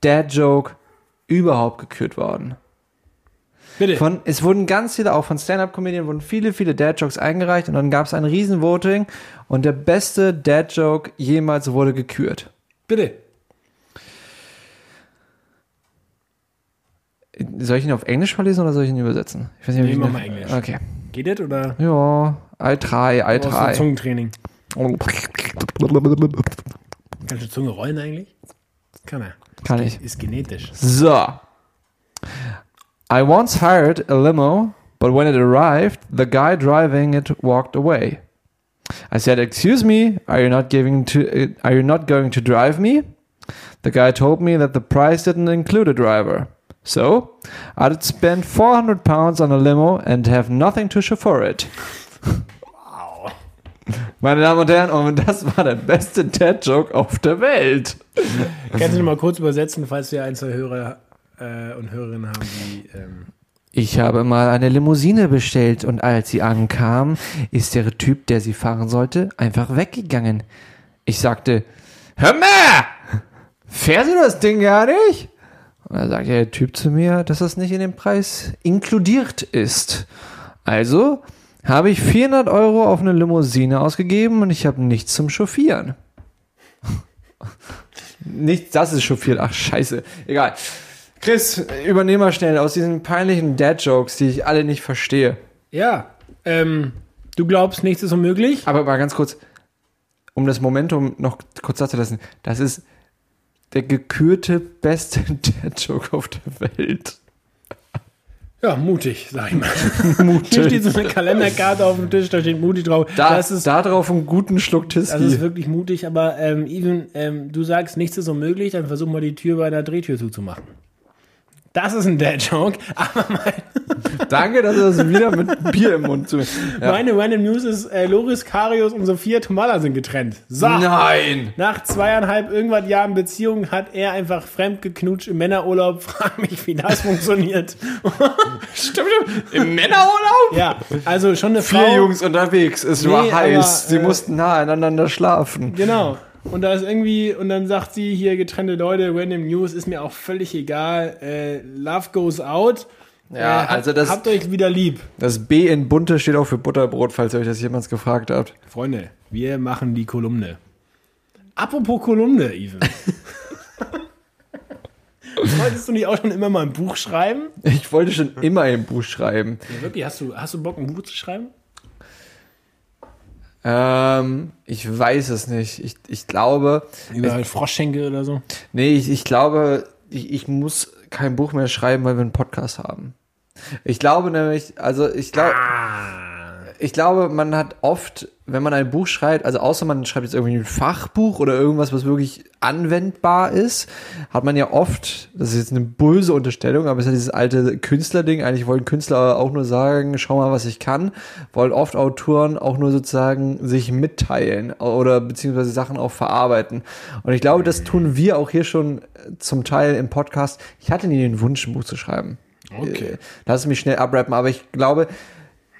Dad-Joke überhaupt gekürt worden.
Bitte.
Von, es wurden ganz viele, auch von Stand-Up-Comedian, wurden viele, viele Dad-Jokes eingereicht und dann gab es ein Riesen-Voting und der beste Dad-Joke jemals wurde gekürt.
Bitte.
Soll ich ihn auf Englisch verlesen oder soll ich ihn übersetzen? Ich weiß nicht, ob
Nee,
ich ihn-
mach mal Englisch.
Okay.
Geht das oder?
Ja, all drei, all
Brauchst du
drei.
Zungentraining. Kannst du Zunge rollen eigentlich? Kann er.
Kann ich.
Ist genetisch.
So. I once hired a limo, but when it arrived, the guy driving it walked away. I said, "Excuse me, are you not giving to uh, are you not going to drive me?" The guy told me that the price didn't include a driver. So, I'd spend 400 pounds on a limo and have nothing to chauffeur it. Meine Damen und Herren, und das war der beste Dad-Joke auf der Welt.
Kannst du noch mal kurz übersetzen, falls wir ein, zwei Hörer äh, und Hörerinnen haben, die. Ähm,
Ich habe mal eine Limousine bestellt und als sie ankam, ist der Typ, der sie fahren sollte, einfach weggegangen. Ich sagte, hör mal, fährst du das Ding gar nicht? Und da sagt der Typ zu mir, dass das nicht in den Preis inkludiert ist. Also habe ich 400 Euro auf eine Limousine ausgegeben und ich habe nichts zum Chauffieren. Nichts, das ist chauffiert. Ach, scheiße. Egal. Chris, übernehme mal schnell aus diesen peinlichen Dad-Jokes, die ich alle nicht verstehe.
Ja, ähm, du glaubst, nichts ist unmöglich?
Aber mal ganz kurz, um das Momentum noch kurz dazu lassen, das ist der gekürte beste Dad-Joke auf der Welt.
Ja, mutig, sag ich mal. Hier steht so eine Kalenderkarte auf dem Tisch, da steht mutig drauf.
Da,
das ist,
da drauf einen guten Schluck Tisky.
das ist wirklich mutig, aber ähm, Even, ähm, du sagst, nichts ist unmöglich, dann versuch mal die Tür bei einer Drehtür zuzumachen. Das ist ein Dad-Joke, aber mein,
Danke, dass du das wieder mit Bier im Mund zu mir. Ja.
meine Random News ist, äh, Loris Karius und Sophia Tomala sind getrennt. So!
Nein!
Nach zweieinhalb irgendwas Jahren Beziehung hat er einfach fremdgeknutscht im Männerurlaub. Frag mich, wie das funktioniert.
Stimmt, stimmt. Im Männerurlaub?
Ja, also schon eine
Vier
Frau.
Jungs unterwegs, es war
Nee,
heiß.
aber,
Sie
äh,
mussten nah aneinander schlafen.
Genau. Und da ist irgendwie, und dann sagt sie hier getrennte Leute, Random News, ist mir auch völlig egal. Äh, Love goes out.
Ja,
habt-
also das-
Äh, Habt euch wieder lieb.
Das B in Bunte steht auch für Butterbrot, falls ihr euch das jemals gefragt habt.
Freunde, wir machen die Kolumne. Apropos Kolumne, Even. Wolltest du nicht auch schon immer mal ein Buch schreiben?
Ich wollte schon immer ein Buch schreiben.
Ja, wirklich, hast du, hast du Bock, ein Buch zu schreiben?
Ähm, ich weiß es nicht. Ich, ich glaube,
Über Froschschenkel oder so?
nee, ich, ich glaube, ich, ich muss kein Buch mehr schreiben, weil wir einen Podcast haben. Ich glaube nämlich, also ich glaube, ich glaube, man hat oft, wenn man ein Buch schreibt, also außer man schreibt jetzt irgendwie ein Fachbuch oder irgendwas, was wirklich anwendbar ist, hat man ja oft, das ist jetzt eine böse Unterstellung, aber es ist ja dieses alte Künstlerding, eigentlich wollen Künstler auch nur sagen, schau mal, was ich kann, wollen oft Autoren auch nur sozusagen sich mitteilen oder beziehungsweise Sachen auch verarbeiten. Und ich glaube, das tun wir auch hier schon äh, zum Teil im Podcast. Ich hatte nie den Wunsch, ein Buch zu schreiben.
Okay.
Äh, Lass mich schnell abrappen, aber ich glaube,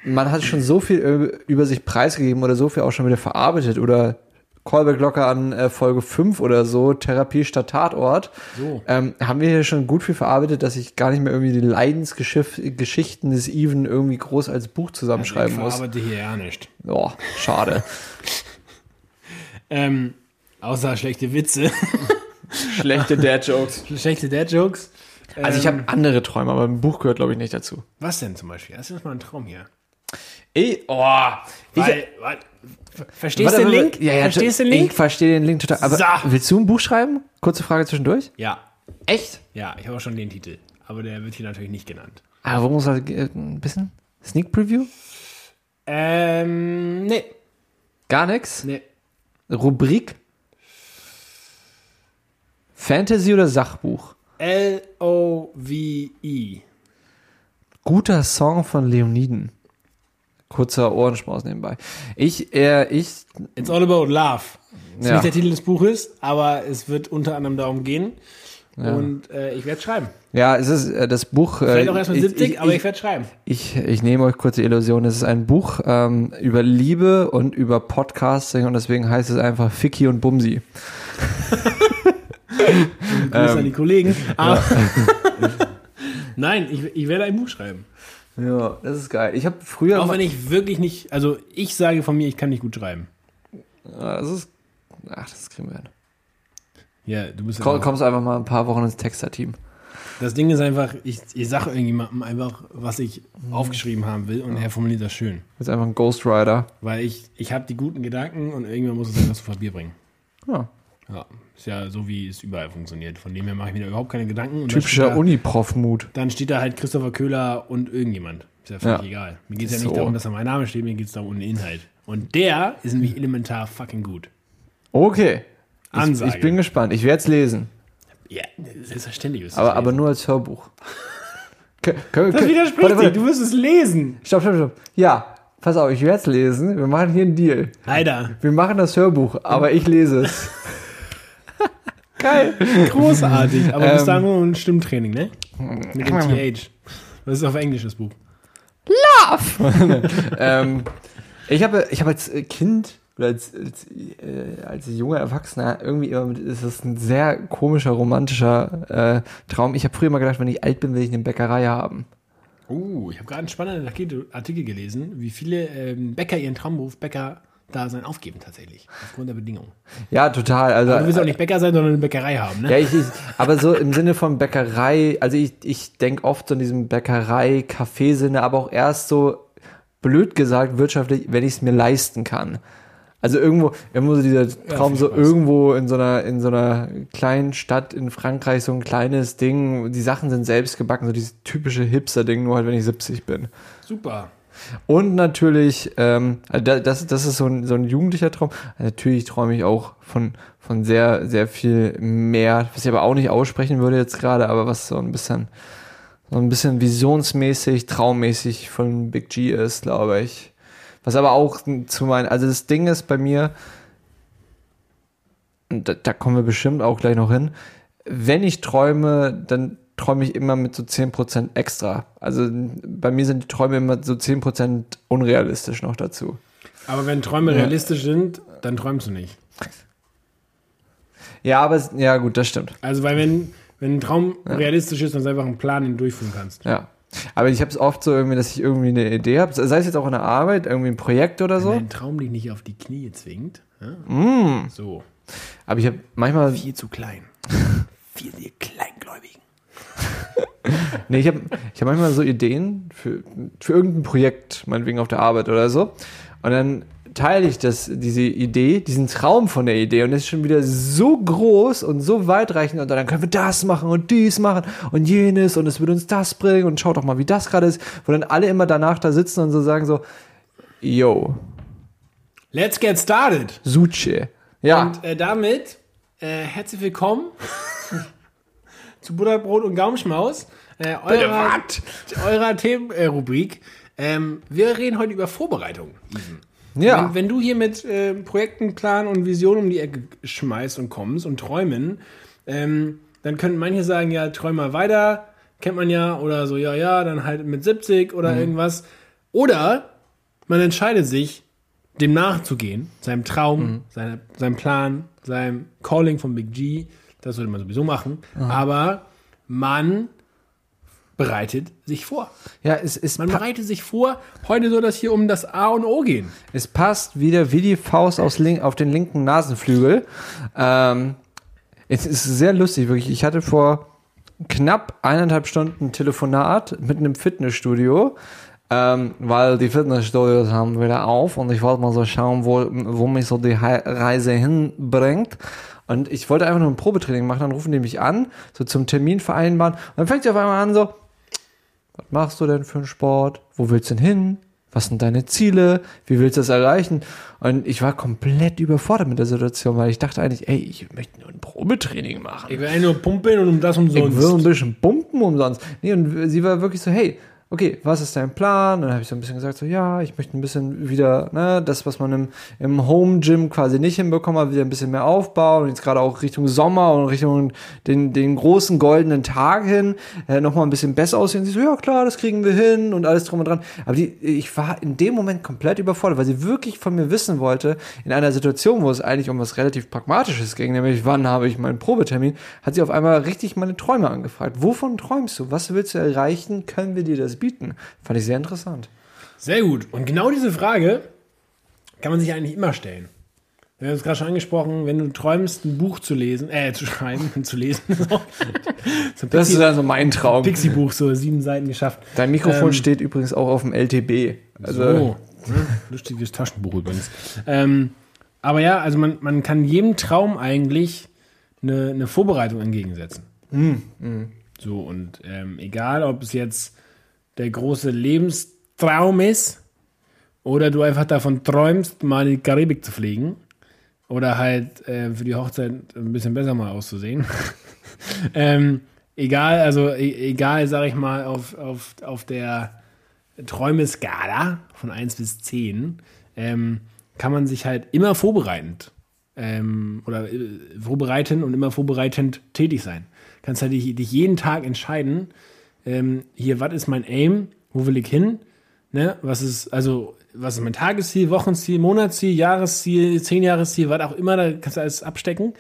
man hat schon so viel ö- über sich preisgegeben oder so viel auch schon wieder verarbeitet oder Callback locker an äh, Folge 5 oder so, Therapie statt Tatort,
So.
ähm, haben wir hier schon gut viel verarbeitet, dass ich gar nicht mehr irgendwie die Leidensgeschichten des Even irgendwie groß als Buch zusammenschreiben
Ich
muss.
verarbeite hier ja nicht.
Boah, schade.
Ähm, außer schlechte Witze,
Schlechte Dad-Jokes.
schlechte Dad-Jokes.
Also ich habe andere Träume, aber ein Buch gehört, glaube ich, nicht dazu.
Was denn zum Beispiel? Das ist mal ein Traum hier.
Ich, oh, ich,
Weil, weil, verstehst du den
warte,
Link?
Ja, ja,
verstehst du den
Ich
Link?
verstehe den Link total. Aber
So.
willst du ein Buch schreiben? Kurze Frage zwischendurch.
Ja,
Echt?
ja, ich habe auch schon den Titel. Aber der wird hier natürlich nicht genannt.
Aber worum soll äh, ein bisschen? Sneak Preview?
Ähm, nee,
Gar nichts?
nee.
Rubrik? Fantasy oder Sachbuch?
L-O-V-E.
Guter Song von Leoniden. Kurzer Ohrenschmaus nebenbei. Ich, äh, ich,
It's all about love. Ist
Ja.
nicht der Titel des Buches, aber es wird unter anderem darum gehen. Und äh, ich werde schreiben.
ja, es ist äh, das Buch. äh,
Vielleicht auch erstmal
ich-
70,
ich-
aber
ich-
ich werde schreiben.
Ich, ich nehme euch kurz die Illusion. Es ist ein Buch ähm, über Liebe und über Podcasting und deswegen heißt es einfach Ficky und Bumsi. Ähm,
Grüße an die Kollegen. Aber Nein, ich, ich werde ein Buch schreiben.
Ja, das ist geil. Ich habe früher.
Auch
mal-
wenn ich wirklich nicht, also ich sage von mir, ich kann nicht gut schreiben.
Ah, das ist, ach, das kriegen wir hin.
Ja, du bist
Komm, kommst einfach mal ein paar Wochen ins Texterteam.
Das Ding ist einfach, ich, ich sage irgendjemandem einfach, was ich aufgeschrieben haben will und er formuliert das schön.
Jetzt einfach ein Ghostwriter.
Weil ich, ich habe die guten Gedanken und irgendwann muss es einfach zu Papier bringen.
Ja.
Ja, ist ja so, wie es überall funktioniert. Von dem her mache ich mir da überhaupt keine Gedanken. Und dann steht
Typischer
da-
Uniprof-Mut.
Dann steht da halt Christopher Köhler und irgendjemand. Ist ja völlig
Ja.
egal. Mir geht es ja
So.
nicht darum, dass da mein Name steht, mir geht es darum um den Inhalt. Und der ist nämlich elementar fucking gut.
Okay. Ich,
Ansage.
ich bin gespannt. Ich werde es lesen.
Ja, selbstverständlich. wirst du
Aber,
es
aber
lesen.
nur als Hörbuch. Kön- können-
Das
können-
widerspricht
warte, warte.
sich, du wirst es lesen.
Stopp, stopp, stopp. Ja, pass auf, ich werde es lesen. Wir machen hier einen Deal.
Alter,
Wir machen das Hörbuch, aber ich lese es. Geil.
großartig. Aber bis
Ähm.
dahin nur ein Stimmtraining, ne? Mit dem TH. Das ist auf Englisch das Buch.
ähm, ich habe ich habe als Kind oder als, als, äh, als junger Erwachsener irgendwie immer mit, ist das ein sehr komischer, romantischer äh, Traum. Ich habe früher immer gedacht, wenn ich alt bin, will ich eine Bäckerei haben.
Uh, ich habe gerade einen spannenden Artikel- Artikel gelesen, wie viele ähm, Bäcker ihren Traumberuf Bäcker da sein aufgeben tatsächlich, aufgrund der Bedingungen.
Ja, total. Also,
Du willst auch nicht Bäcker sein, sondern eine Bäckerei haben, ne?
Ja, ich, ich, aber so im Sinne von Bäckerei, also ich, ich denke oft so in diesem Bäckerei-Kaffeesinne, aber auch erst so blöd gesagt wirtschaftlich, wenn ich es mir leisten kann. Also irgendwo, irgendwo so dieser Traum, so
Spaß.
irgendwo in so einer, in so einer kleinen Stadt in Frankreich, so ein kleines Ding, die Sachen sind selbst gebacken, so dieses typische Hipster-Ding, nur halt, wenn ich 70 bin.
Super.
Und natürlich, ähm, also da- das, das ist so ein, so ein jugendlicher Traum. Natürlich träume ich auch von, von sehr, sehr viel mehr, was ich aber auch nicht aussprechen würde jetzt gerade, aber was so ein bisschen, so ein bisschen visionsmäßig, traummäßig von Big G ist, glaube ich. Was aber auch zu meinen, also das Ding ist bei mir, und da, da kommen wir bestimmt auch gleich noch hin. Wenn ich träume, dann träume ich immer mit so 10% extra. Also bei mir sind die Träume immer so 10% unrealistisch noch dazu.
Aber wenn Träume realistisch sind, dann träumst du nicht.
Ja, aber es- ja gut, das stimmt.
Also, weil wenn, wenn ein Traum realistisch ist, dann ist einfach ein Plan, den du durchführen kannst.
Ja. Aber ich habe es oft so irgendwie, dass ich irgendwie eine Idee habe, sei es jetzt auch in der Arbeit, irgendwie ein Projekt oder
Wenn
so.
dein Traum dich nicht auf die Knie zwingt, ja?
Mm.
so,
Aber ich habe manchmal
viel zu klein. viel, viel Kleingläubigen.
Nee, ich habe ich hab manchmal so Ideen für, für irgendein Projekt, meinetwegen auf der Arbeit oder so. Und dann teile ich das, diese Idee, diesen Traum von der Idee und das ist schon wieder so groß und so weitreichend und dann können wir das machen und dies machen und jenes und es wird uns das bringen und schaut doch mal, wie das gerade ist, wo dann alle immer danach da sitzen und so sagen so, yo,
Let's get started.
Suche. Ja,
Und äh, damit äh, herzlich willkommen zu Butterbrot und Gaumenschmaus, äh, eurer, eurer Themenrubrik. Ähm, wir reden heute über Vorbereitung.
ja.
Wenn, wenn du hier mit äh, Projekten, Plan und Vision um die Ecke schmeißt und kommst und träumen, ähm, dann können manche sagen, ja, träum mal weiter, kennt man ja, oder so, ja, ja, dann halt mit 70 oder
Mhm.
irgendwas. Oder man entscheidet sich, dem nachzugehen, seinem Traum,
Mhm.
seiner, seinem Plan, seinem Calling von Big G, das würde man sowieso machen, aber man bereitet sich vor.
ja, es, es,
Man
pa-
bereitet sich vor, heute soll das hier um das A und O gehen.
Es passt wieder wie die Faust aus link, auf den linken Nasenflügel. Ähm, es ist sehr lustig, wirklich. Ich hatte vor knapp eineinhalb Stunden ein Telefonat mit einem Fitnessstudio, ähm, weil die Fitnessstudios haben wieder auf und ich wollte mal so schauen, wo, wo mich so die Hei- Reise hinbringt. Und ich wollte einfach nur ein Probetraining machen, dann rufen die mich an, so zum Termin vereinbaren. Und dann fängt sie auf einmal an, so, was machst du denn für einen Sport? Wo willst du denn hin? Was sind deine Ziele? Wie willst du das erreichen? Und ich war komplett überfordert mit der Situation, weil ich dachte eigentlich, ey, ich möchte nur ein Probetraining machen.
Ich will eigentlich nur pumpen und um das umsonst.
Ich will ein bisschen pumpen umsonst. Nee, und sie war wirklich so, hey, okay, was ist dein Plan? Und dann habe ich so ein bisschen gesagt, so, ja, ich möchte ein bisschen wieder, ne, das, was man im, im Home-Gym quasi nicht hinbekommen hat, wieder ein bisschen mehr aufbauen. Und jetzt gerade auch Richtung Sommer und Richtung den, den großen goldenen Tag hin, äh, nochmal ein bisschen besser aussehen. Sie so, ja klar, das kriegen wir hin und alles drum und dran. Aber die, ich war in dem Moment komplett überfordert, weil sie wirklich von mir wissen wollte, in einer Situation, wo es eigentlich um was relativ Pragmatisches ging, nämlich wann habe ich meinen Probetermin, hat sie auf einmal richtig meine Träume angefragt. Wovon träumst du? Was willst du erreichen? Können wir dir das bieten? Fand ich sehr interessant.
Sehr gut. Und genau diese Frage kann man sich eigentlich immer stellen. Wir haben es gerade schon angesprochen, wenn du träumst, ein Buch zu lesen, äh, zu schreiben, zu lesen. so ein
Das ist
Pixie-
also mein Traum.
Pixie-Buch, so sieben Seiten geschafft.
Dein Mikrofon
Ähm,
steht übrigens auch auf dem LTB. Also,
So. Ne? Lustiges Taschenbuch übrigens. Ähm, aber ja, also man, man kann jedem Traum eigentlich eine, eine Vorbereitung entgegensetzen. So, und ähm, egal, ob es jetzt der große Lebenstraum ist oder du einfach davon träumst, mal in die Karibik zu fliegen oder halt äh, für die Hochzeit ein bisschen besser mal auszusehen. ähm, egal, also e egal, sag ich mal, auf, auf, auf der Träumeskala von 1 bis 10 ähm, kann man sich halt immer vorbereitend ähm, oder äh, vorbereiten und immer vorbereitend tätig sein. Kannst halt dich, dich jeden Tag entscheiden, ähm, hier, was ist mein Aim, wo will ich hin, ne, was ist, also was ist mein Tagesziel, Wochenziel, Monatsziel, Jahresziel, Zehnjahresziel, was auch immer, da kannst du alles abstecken.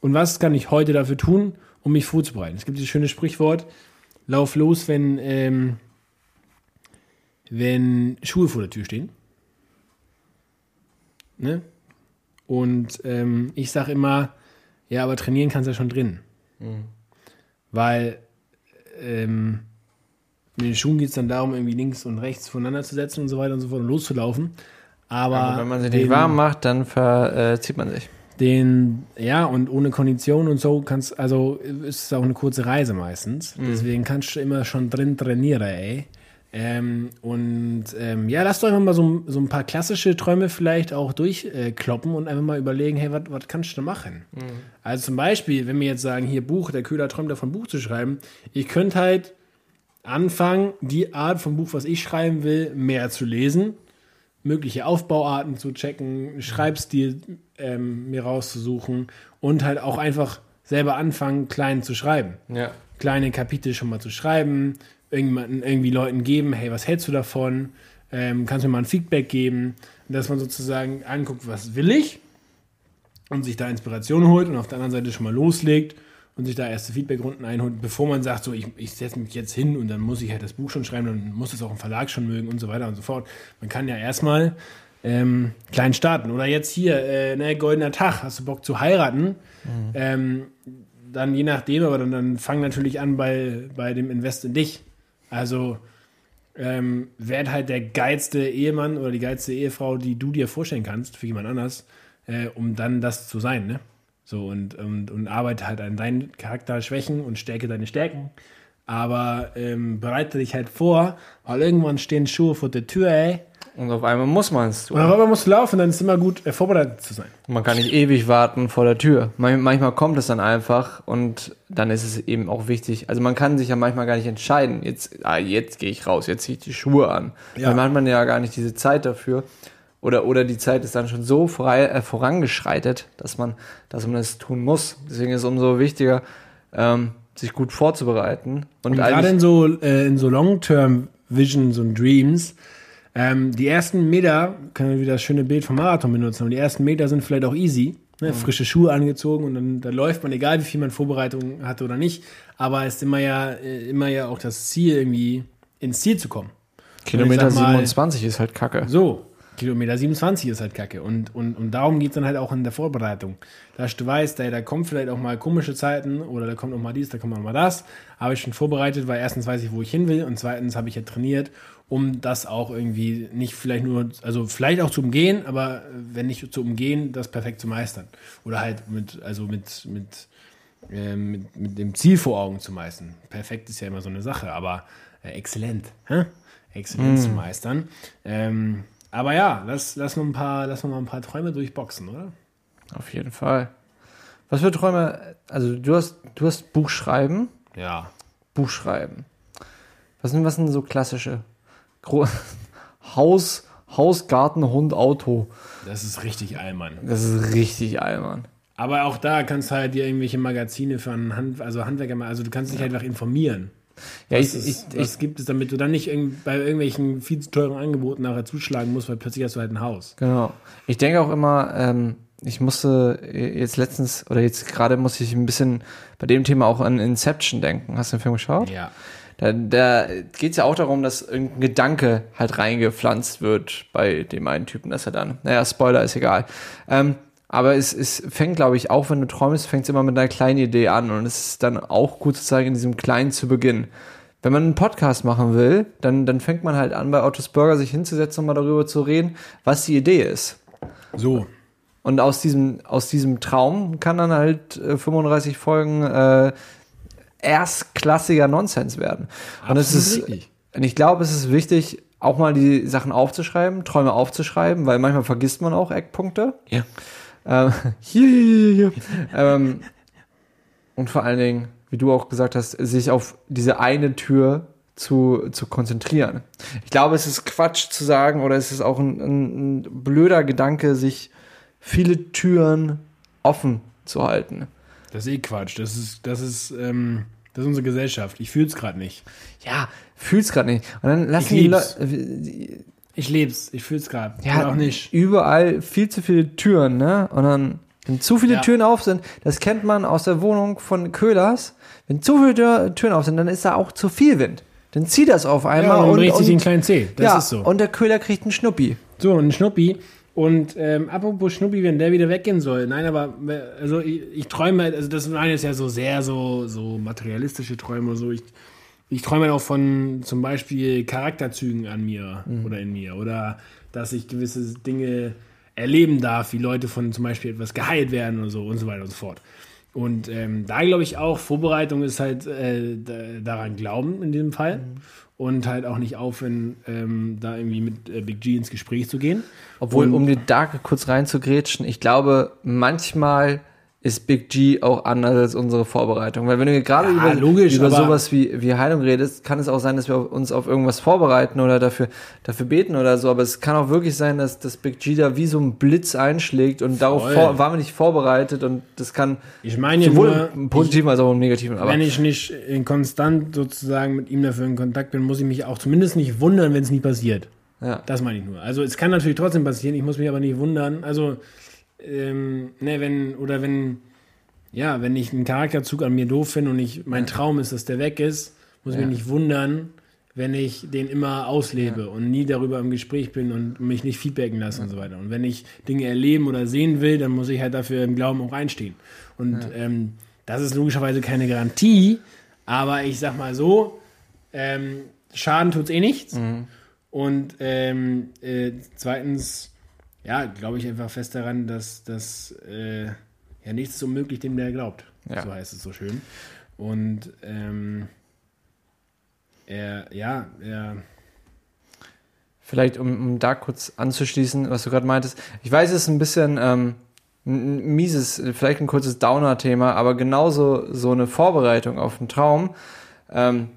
Und was kann ich heute dafür tun, um mich vorzubereiten? Es gibt dieses schöne Sprichwort, lauf los, wenn, ähm, wenn Schuhe vor der Tür stehen. Ne? Und ähm, ich sage immer, ja, aber trainieren kannst du ja schon drin.
Mhm.
Weil ähm, mit den Schuhen geht es dann darum, irgendwie links und rechts voneinander zu setzen und so weiter und so fort und loszulaufen. Aber
Aber wenn man sich nicht warm macht, dann verzieht man sich.
den, ja, und ohne Kondition und so kannst, also ist es auch eine kurze Reise meistens. Deswegen kannst du immer schon drin trainieren, ey. Ähm, und ähm, ja, lass doch einfach mal so, so ein paar klassische Träume vielleicht auch durchkloppen äh, kloppen und einfach mal überlegen, hey, was kannst du denn machen? Also zum Beispiel, wenn wir jetzt sagen, hier Buch, der Köhler träumt davon, Buch zu schreiben, ich könnte halt anfangen, die Art von Buch, was ich schreiben will, mehr zu lesen mögliche Aufbauarten zu checken, Schreibstil ähm, mir rauszusuchen und halt auch einfach selber anfangen, klein zu schreiben.
Ja.
Kleine Kapitel schon mal zu schreiben, irgendjemanden, irgendwie Leuten geben, hey, was hältst du davon? Ähm, kannst du mir mal ein Feedback geben? Und Dass man sozusagen anguckt, was will ich? Und sich da Inspiration holt und auf der anderen Seite schon mal loslegt und sich da erste Feedbackrunden einholt, bevor man sagt, so, ich, ich setze mich jetzt hin und dann muss ich halt das Buch schon schreiben, dann muss es auch im Verlag schon mögen und so weiter und so fort. Man kann ja erstmal ähm, klein starten. Oder jetzt hier, äh, ne, goldener Tag, hast du Bock zu heiraten? Ähm, dann je nachdem, aber dann, dann fang natürlich an bei, bei dem Invest in dich. Also ähm, werd halt der geilste Ehemann oder die geilste Ehefrau, die du dir vorstellen kannst für jemand anders, äh, um dann das zu sein, ne? So und, und, und arbeite halt an deinen Charakterschwächen und stärke deine Stärken. Aber ähm, bereite dich halt vor, weil irgendwann stehen Schuhe vor der Tür, ey.
Und auf einmal muss man es tun.
Und darüber musst du laufen, dann ist es immer gut, äh, vorbereitet zu sein.
Man kann nicht ewig warten vor der Tür. Man- Manchmal kommt es dann einfach und dann ist es eben auch wichtig. Also man kann sich ja manchmal gar nicht entscheiden. Jetzt, ah, jetzt gehe ich raus, jetzt ziehe ich die Schuhe an.
Ja.
Dann hat man ja gar nicht diese Zeit dafür. Oder, oder die Zeit ist dann schon so frei, äh, vorangeschreitet, dass man, dass man das tun muss. Deswegen ist es umso wichtiger, ähm, sich gut vorzubereiten. Und,
Und gerade
eigentlich,
in so, äh, in so Long-Term-Visions und Dreams, ähm, die ersten Meter, können wir wieder das schöne Bild vom Marathon benutzen, aber die ersten Meter sind vielleicht auch easy. Ne? Frische Schuhe angezogen und dann, dann läuft man, egal wie viel man Vorbereitung hatte oder nicht. Aber es ist immer ja, äh, immer ja auch das Ziel, irgendwie ins Ziel zu kommen.
Kilometer
ich sag mal-
27 ist halt kacke.
So, Kilometer 27 ist halt kacke. Und, und, und darum geht es dann halt auch in der Vorbereitung. Dass du weißt, ey, da kommen vielleicht auch mal komische Zeiten oder da kommt auch mal dies, da kommt auch mal das. Habe ich schon vorbereitet, weil erstens weiß ich, wo ich hin will und zweitens habe ich ja trainiert, um das auch irgendwie nicht vielleicht nur, also vielleicht auch zu umgehen, aber äh, wenn nicht zu umgehen, das perfekt zu meistern. Oder halt mit, also mit, mit, äh, mit, mit dem Ziel vor Augen zu meistern. Perfekt ist ja immer so eine Sache, aber äh, exzellent. Hä? Exzellenz
Hm.
zu meistern. Ähm, aber ja, lass, lass, noch ein paar, lass noch mal ein paar Träume durchboxen, oder?
Auf jeden Fall. Was für Träume, also du hast, du hast Buchschreiben.
Ja.
Buch schreiben. Was sind, was sind so klassische? Gro Haus, Haus, Garten, Hund, Auto.
Das ist richtig Allmann.
Das ist richtig Allmann.
Aber auch da kannst du halt dir irgendwelche Magazine für einen Hand, also Handwerker mal, also du kannst dich halt einfach informieren.
Ja, ich,
Was,
ich,
ist,
ich,
was gibt es, damit du dann nicht irgend, bei irgendwelchen viel zu teuren Angeboten nachher zuschlagen musst, weil plötzlich hast du halt ein Haus.
genau. Ich denke auch immer, ähm, ich musste jetzt letztens oder jetzt gerade musste ich ein bisschen bei dem Thema auch an Inception denken. Hast du den Film geschaut?
Ja.
Da, da geht es ja auch darum, dass irgendein Gedanke halt reingepflanzt wird bei dem einen Typen, dass er dann, naja, Spoiler ist egal. Ähm, aber es, es fängt, glaube ich, auch wenn du träumst, fängt es immer mit einer kleinen Idee an und es ist dann auch gut sozusagen in diesem Kleinen zu beginnen. Wenn man einen Podcast machen will, dann, dann fängt man halt an, bei Otto's Burger sich hinzusetzen und mal darüber zu reden, was die Idee ist.
So.
Und aus diesem, aus diesem Traum kann dann halt äh, 35 Folgen äh, erstklassiger Nonsens werden. Und es
Absolut
ist,
richtig.
und ich glaube, es ist wichtig, auch mal die Sachen aufzuschreiben, Träume aufzuschreiben, weil manchmal vergisst man auch Eckpunkte.
Ja.
Ähm, hier, hier, hier, hier. ähm, und vor allen Dingen, wie du auch gesagt hast, sich auf diese eine Tür zu, zu konzentrieren. Ich glaube, es ist Quatsch zu sagen oder es ist auch ein, ein, ein blöder Gedanke, sich viele Türen offen zu halten.
Das ist eh Quatsch. Das ist, das ist, ähm, das ist unsere Gesellschaft. Ich fühle es gerade nicht.
Ja, fühl's gerade nicht. Und dann lassen
Ich
die
lieb's.
Leute.
Ich leb's, ich fühl's gerade.
Ja,
Oder auch nicht.
Überall viel zu viele Türen, ne? Und dann, wenn zu viele
Ja.
Türen auf sind, das kennt man aus der Wohnung von Köhlers, wenn zu viele Tür, Türen auf sind, dann ist da auch zu viel Wind. Dann zieht das auf einmal
Ja, und,
und,
richtig
und,
den kleinen Zeh. Das
ja,
ist so.
und der Köhler kriegt einen Schnuppi.
So, und Schnuppi. Und ähm, apropos Schnuppi, wenn der wieder weggehen soll. Nein, aber äh, also ich, ich träume, halt- also das meine ist ja so sehr so, so materialistische Träume. So ich, ich träume halt auch von zum Beispiel Charakterzügen an mir
Mhm.
oder in mir. Oder dass ich gewisse Dinge erleben darf, wie Leute von zum Beispiel etwas geheilt werden oder so und so weiter und so fort. Und ähm, da glaube ich auch, Vorbereitung ist halt äh, da- daran glauben in diesem
Mhm.
Fall. Und halt auch nicht aufhören, ähm, da irgendwie mit äh, Big G ins Gespräch zu gehen.
Obwohl,
Und-
um die Darke kurz reinzugrätschen, ich glaube, manchmal ist Big G auch anders als unsere Vorbereitung. Weil wenn du gerade
Ja,
über,
logisch,
über
aber-
sowas wie, wie Heilung redest, kann es auch sein, dass wir uns auf irgendwas vorbereiten oder dafür, dafür beten oder so. Aber es kann auch wirklich sein, dass, dass Big G da wie so ein Blitz einschlägt und darauf
Voll.
vor, waren wir nicht vorbereitet und das kann
Ich meine ja
sowohl
nur,
im Positiven als auch im Negativen. Aber
wenn ich nicht in konstant sozusagen mit ihm dafür in Kontakt bin, muss ich mich auch zumindest nicht wundern, wenn es nie passiert.
ja.
Das meine ich nur. Also es kann natürlich trotzdem passieren, ich muss mich aber nicht wundern. Also, ähm, ne, wenn, oder wenn, ja, wenn ich einen Charakterzug an mir doof finde und ich, mein Traum ist, dass der weg ist, muss ich
Ja.
mich nicht wundern, wenn ich den immer auslebe und nie darüber im Gespräch bin und mich nicht feedbacken lasse und so weiter. Und wenn ich Dinge erleben oder sehen will, dann muss ich halt dafür im Glauben auch einstehen. Und ähm, das ist logischerweise keine Garantie, aber ich sag mal so, ähm, Schaden tut's eh nichts.
Mhm.
Und ähm, äh, zweitens, ja, glaube ich einfach fest daran, dass das äh, ja nichts ist unmöglich, dem der glaubt.
Ja.
So heißt es so schön. Und ähm, er, ja, er,
Vielleicht, um, um da kurz anzuschließen, was du gerade meintest. Ich weiß, es ist ein bisschen ähm, ein ein mieses, vielleicht ein kurzes Downer-Thema, aber genauso so eine Vorbereitung auf einen Traum. Ähm,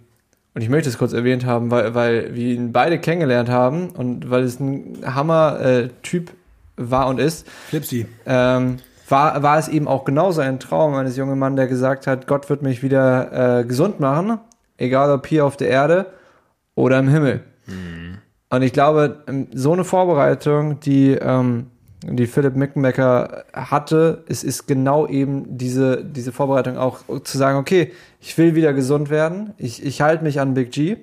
und ich möchte es kurz erwähnt haben, weil, weil wir ihn beide kennengelernt haben und weil es ein Hammer-Typ war und ist
Flipsy.
ähm, war, war es eben auch genauso ein Traum eines jungen Mannes, der gesagt hat, Gott wird mich wieder äh, gesund machen, egal ob hier auf der Erde oder im Himmel. Und ich glaube, ähm, so eine Vorbereitung, die, ähm, die Philipp Mickenbecker hatte, es ist genau eben diese, diese Vorbereitung auch zu sagen, okay, ich will wieder gesund werden, ich, ich halte mich an Big G,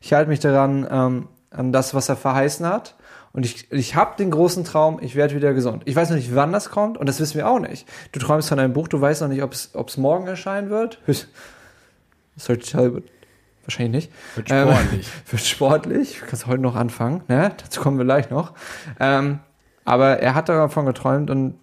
ich halte mich daran, ähm, an das, was er verheißen hat. Und ich, ich habe den großen Traum, ich werde wieder gesund. Ich weiß noch nicht, wann das kommt und das wissen wir auch nicht. Du träumst von einem Buch, du weißt noch nicht, ob es morgen erscheinen wird. Höchst- Sorry to tell you, but wahrscheinlich nicht.
Wird
Ähm,
sportlich.
Wird sportlich. Kannst heute noch anfangen. Ne? Dazu kommen wir gleich noch. Ähm, aber er hat davon geträumt und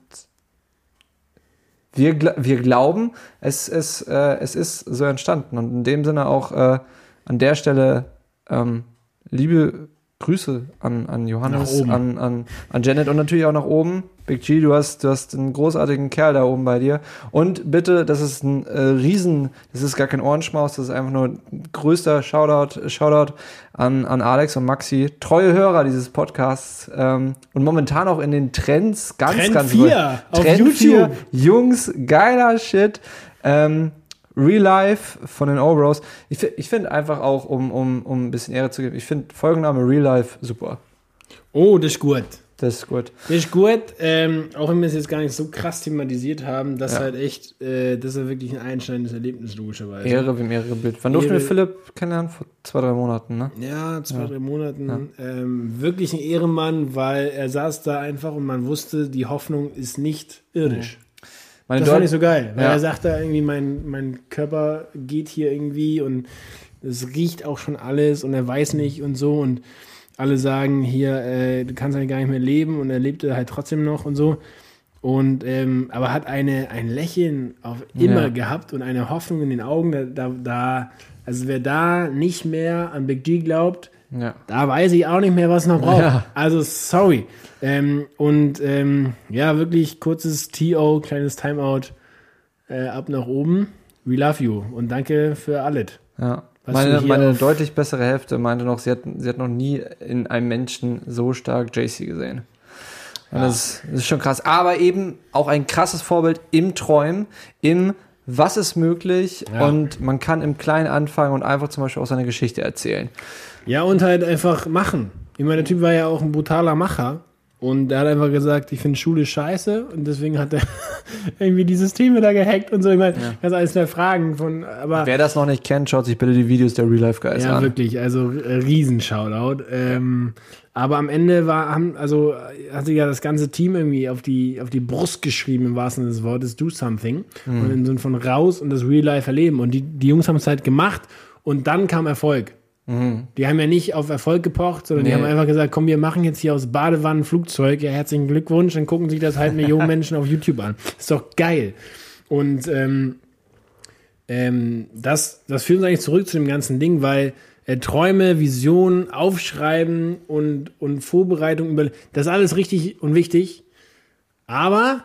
wir, gl- wir glauben, es ist, äh, es ist so entstanden. Und in dem Sinne auch äh, an der Stelle ähm, liebe Grüße an, an
Nach
Johannes,
oben.
an, an, an Janet und natürlich auch nach oben. Big G, du hast, du hast einen großartigen Kerl da oben bei dir. Und bitte, das ist ein äh, Riesen, das ist gar kein Ohrenschmaus, das ist einfach nur ein größter Shoutout, Shoutout an, an Alex und Maxi, treue Hörer dieses Podcasts ähm, und momentan auch in den Trends ganz,
Trend
ganz
4
weit.
auf
Trend
YouTube.
4, Jungs, geiler Shit. Ähm, Real Life von den O-Bros. Ich, fi- ich finde einfach auch, um, um, um ein bisschen Ehre zu geben, ich finde Folgenname Real Life super.
Oh, das ist gut.
Das ist gut.
Das ist gut, ähm, auch wenn wir es jetzt gar nicht so krass thematisiert haben, das
Ja.
halt echt, äh, das ist wirklich ein einschneidendes Erlebnis, logischerweise.
Ehre, wem Ehre gebührt. Wann durften wir
Also Ehre-
Philipp kennenlernen? Vor zwei, drei Monaten, ne?
Ja, zwei, drei Monaten. Ähm, wirklich ein Ehrenmann, weil er saß da einfach und man wusste, die Hoffnung ist nicht irdisch.
Meine
Das
Deu-
fand ich so geil, weil
Ja.
er sagte irgendwie, mein, mein Körper geht hier irgendwie und es riecht auch schon alles und er weiß nicht und so und alle sagen hier, äh, du kannst halt gar nicht mehr leben und er lebte halt trotzdem noch und so. Und ähm, aber hat eine, ein Lächeln auf immer
Ja.
gehabt und eine Hoffnung in den Augen, da, da, da, also wer da nicht mehr an Big G glaubt,
ja.
da weiß ich auch nicht mehr, was noch braucht.
Ja.
Also sorry. Ähm, und ähm, ja, wirklich kurzes TO, kleines Timeout. Äh, ab nach oben. We love you. Und danke für alles.
Ja.
Was
Meine,
du hier
meine
auf-
deutlich bessere Hälfte meinte noch, sie hat, sie hat noch nie in einem Menschen so stark JC gesehen. Und
Ah.
das, das ist schon krass. Aber eben auch ein krasses Vorbild im Träumen, im Was ist möglich
Ja.
und man kann im Kleinen anfangen und einfach zum Beispiel auch seine Geschichte erzählen.
Ja, und halt einfach machen. Ich meine, der Typ war ja auch ein brutaler Macher. Und er hat einfach gesagt, ich finde Schule scheiße und deswegen hat er irgendwie die Systeme da gehackt und so. Ich meine, das ist alles mehr Fragen von, aber
Wer das noch nicht kennt, schaut sich bitte die Videos der Real Life Guys
ja,
an.
wirklich, also äh, Riesen-Shoutout. Ähm, aber am Ende war, haben, also äh, hat sich ja das ganze Team irgendwie auf die, auf die Brust geschrieben, im wahrsten Sinne des Wortes, do something. Und im Sinne von raus und das Real-Life erleben. Und die, die Jungs haben es halt gemacht und dann kam Erfolg. Die haben ja nicht auf Erfolg gepocht, sondern die
Nee.
haben einfach gesagt, komm, wir machen jetzt hier aus Badewannen ein Flugzeug. Ja, herzlichen Glückwunsch. Dann gucken sich das halt Millionen Menschen auf YouTube an. Ist doch geil. Und ähm, ähm, das, das führt uns eigentlich zurück zu dem ganzen Ding, weil äh, Träume, Visionen, Aufschreiben und, und Vorbereitung, über, das ist alles richtig und wichtig. Aber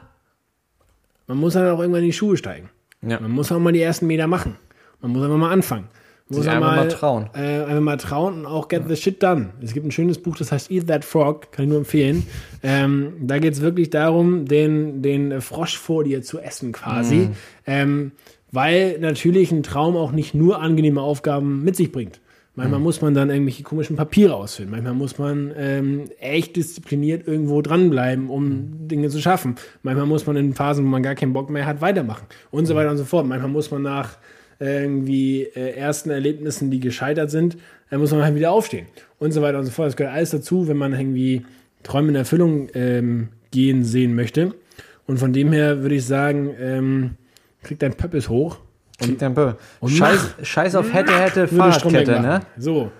man muss halt auch irgendwann in die Schuhe steigen.
Ja.
Man muss auch mal die ersten Meter machen. Man muss einfach mal anfangen. Man muss
Sich
auch
einfach mal trauen.
Äh, einfach mal trauen und auch get the shit done. Es gibt ein schönes Buch, das heißt Eat That Frog, kann ich nur empfehlen. Ähm, da geht es wirklich darum, den, den Frosch vor dir zu essen quasi.
Mhm.
Ähm, weil natürlich ein Traum auch nicht nur angenehme Aufgaben mit sich bringt. Manchmal muss man dann irgendwelche komischen Papiere ausfüllen. Manchmal muss man ähm, echt diszipliniert irgendwo dranbleiben, um Dinge zu schaffen. Manchmal muss man in Phasen, wo man gar keinen Bock mehr hat, weitermachen. Und so weiter und so fort. Manchmal muss man nach irgendwie äh, ersten Erlebnissen, die gescheitert sind, dann muss man halt wieder aufstehen. Und so weiter und so fort. Das gehört alles dazu, wenn man irgendwie Träume in Erfüllung ähm, gehen sehen möchte. Und von dem her würde ich sagen, ähm, kriegt dein Pöppis hoch.
Kriegt ein Bö. Scheiß, Scheiß auf hätte, hätte,
Würde Stromberg
Fahrradkette,
machen.
ne?
So.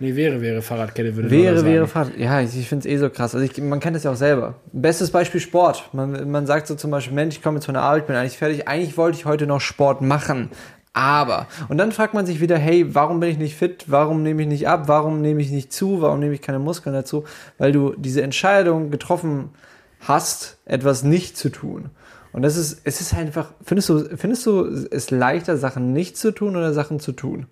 Nee, wäre, wäre Fahrradkette, würde Lola
Wäre,
sagen.
wäre Fahrrad. Ja, ich, ich finde es eh so krass. Also ich, man kennt es ja auch selber. Bestes Beispiel Sport. Man, man sagt so zum Beispiel, Mensch, ich komme jetzt von der Arbeit, bin eigentlich fertig. Eigentlich wollte ich heute noch Sport machen. Aber. Und dann fragt man sich wieder, hey, warum bin ich nicht fit? Warum nehme ich nicht ab? Warum nehme ich nicht zu? Warum nehme ich keine Muskeln dazu? Weil du diese Entscheidung getroffen hast, etwas nicht zu tun. Und das ist, es ist einfach, findest du, findest du es leichter, Sachen nicht zu tun oder Sachen zu tun?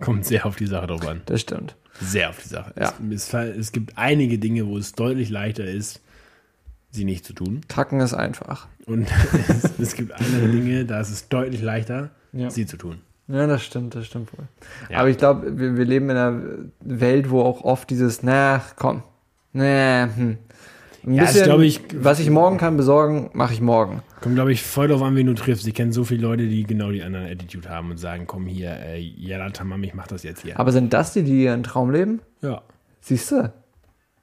Kommt sehr auf die Sache drauf an.
Das stimmt.
Sehr auf die Sache.
Ja.
Es, es, es gibt einige Dinge, wo es deutlich leichter ist, sie nicht zu tun.
Kacken ist einfach.
Und es, es gibt andere Dinge, da ist es deutlich leichter,
Ja.
sie zu tun.
Ja, das stimmt, das stimmt wohl.
Ja.
Aber ich glaube, wir, wir leben in einer Welt, wo auch oft dieses, na, komm, na, hm. Ein
Ja, das glaub ich-
was ich morgen kann besorgen, mache ich morgen.
Kommt, glaube ich, voll drauf an, wen du triffst. Ich kenne so viele Leute, die genau die anderen Attitude haben und sagen, komm hier, äh, Jala Tamam, ich mach das jetzt hier.
Aber sind das die, die ihren Traum leben?
Ja.
Siehst du?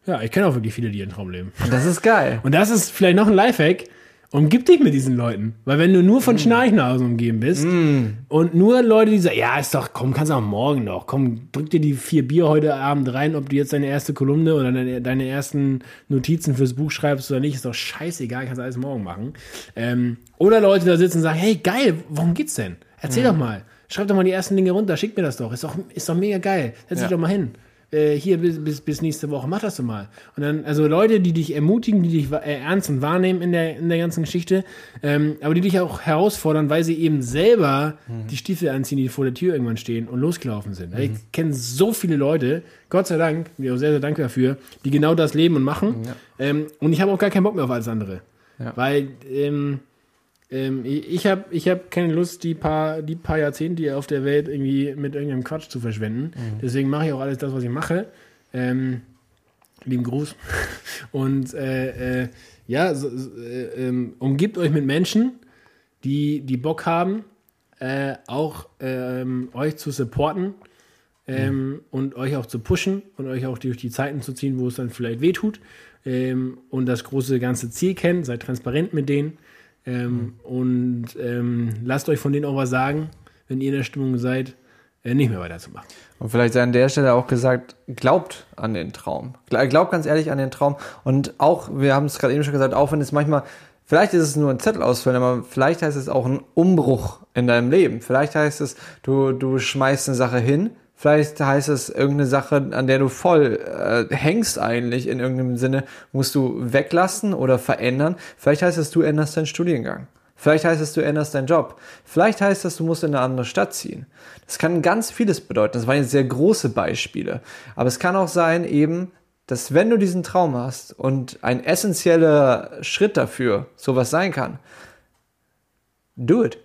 Ja, ich kenne auch wirklich viele, die ihren Traum leben.
Das ist geil.
Und das ist vielleicht noch ein Lifehack. Umgib dich mit diesen Leuten. Weil wenn du nur von Schnarchnasen umgeben bist und nur Leute, die sagen, ja, ist doch, komm, kannst auch morgen noch, komm, drück dir die vier Bier heute Abend rein, ob du jetzt deine erste Kolumne oder deine, deine ersten Notizen fürs Buch schreibst oder nicht, ist doch scheißegal, kannst alles morgen machen. Ähm, oder Leute die da sitzen und sagen, hey, geil, worum geht's denn? Erzähl doch mal. Schreib doch mal die ersten Dinge runter, schick mir das doch. Ist doch, ist doch mega geil. Setz dich
Ja.
doch mal hin. Äh, hier bis, bis, bis nächste Woche, mach das doch mal. Und dann, also Leute, die dich ermutigen, die dich wa- äh, ernst und wahrnehmen in der, in der ganzen Geschichte, ähm, aber die dich auch herausfordern, weil sie eben selber die Stiefel anziehen, die vor der Tür irgendwann stehen und losgelaufen sind. Also Ich kenne so viele Leute, Gott sei Dank, bin ich auch sehr, sehr dankbar dafür, die genau das leben und machen. Ähm, und ich habe auch gar keinen Bock mehr auf alles andere.
Ja.
Weil, ähm, ähm, ich habe ich hab keine Lust, die paar, die paar Jahrzehnte auf der Welt irgendwie mit irgendeinem Quatsch zu verschwenden. Deswegen mache ich auch alles das, was ich mache. Ähm, lieben Gruß. Und äh, äh, ja, so, so, äh, ähm, umgibt euch mit Menschen, die, die Bock haben, äh, auch ähm, euch zu supporten ähm, und euch auch zu pushen und euch auch durch die Zeiten zu ziehen, wo es dann vielleicht wehtut ähm, und das große ganze Ziel kennen. Seid transparent mit denen ähm, und ähm, lasst euch von denen auch was sagen, wenn ihr in der Stimmung seid, äh, nicht mehr weiterzumachen.
Und vielleicht sei an der Stelle auch gesagt, glaubt an den Traum. Gla- Glaubt ganz ehrlich an den Traum. Und auch, wir haben es gerade eben schon gesagt, auch wenn es manchmal, vielleicht ist es nur ein Zettel ausfüllen, aber vielleicht heißt es auch ein Umbruch in deinem Leben. Vielleicht heißt es, du, du schmeißt eine Sache hin. Vielleicht heißt es irgendeine Sache, an der du voll äh, hängst eigentlich in irgendeinem Sinne, musst du weglassen oder verändern. Vielleicht heißt es, du änderst deinen Studiengang. Vielleicht heißt es, du änderst deinen Job. Vielleicht heißt es, du musst in eine andere Stadt ziehen. Das kann ganz vieles bedeuten. Das waren jetzt sehr große Beispiele. Aber es kann auch sein, eben, dass wenn du diesen Traum hast und ein essentieller Schritt dafür sowas sein kann, do it.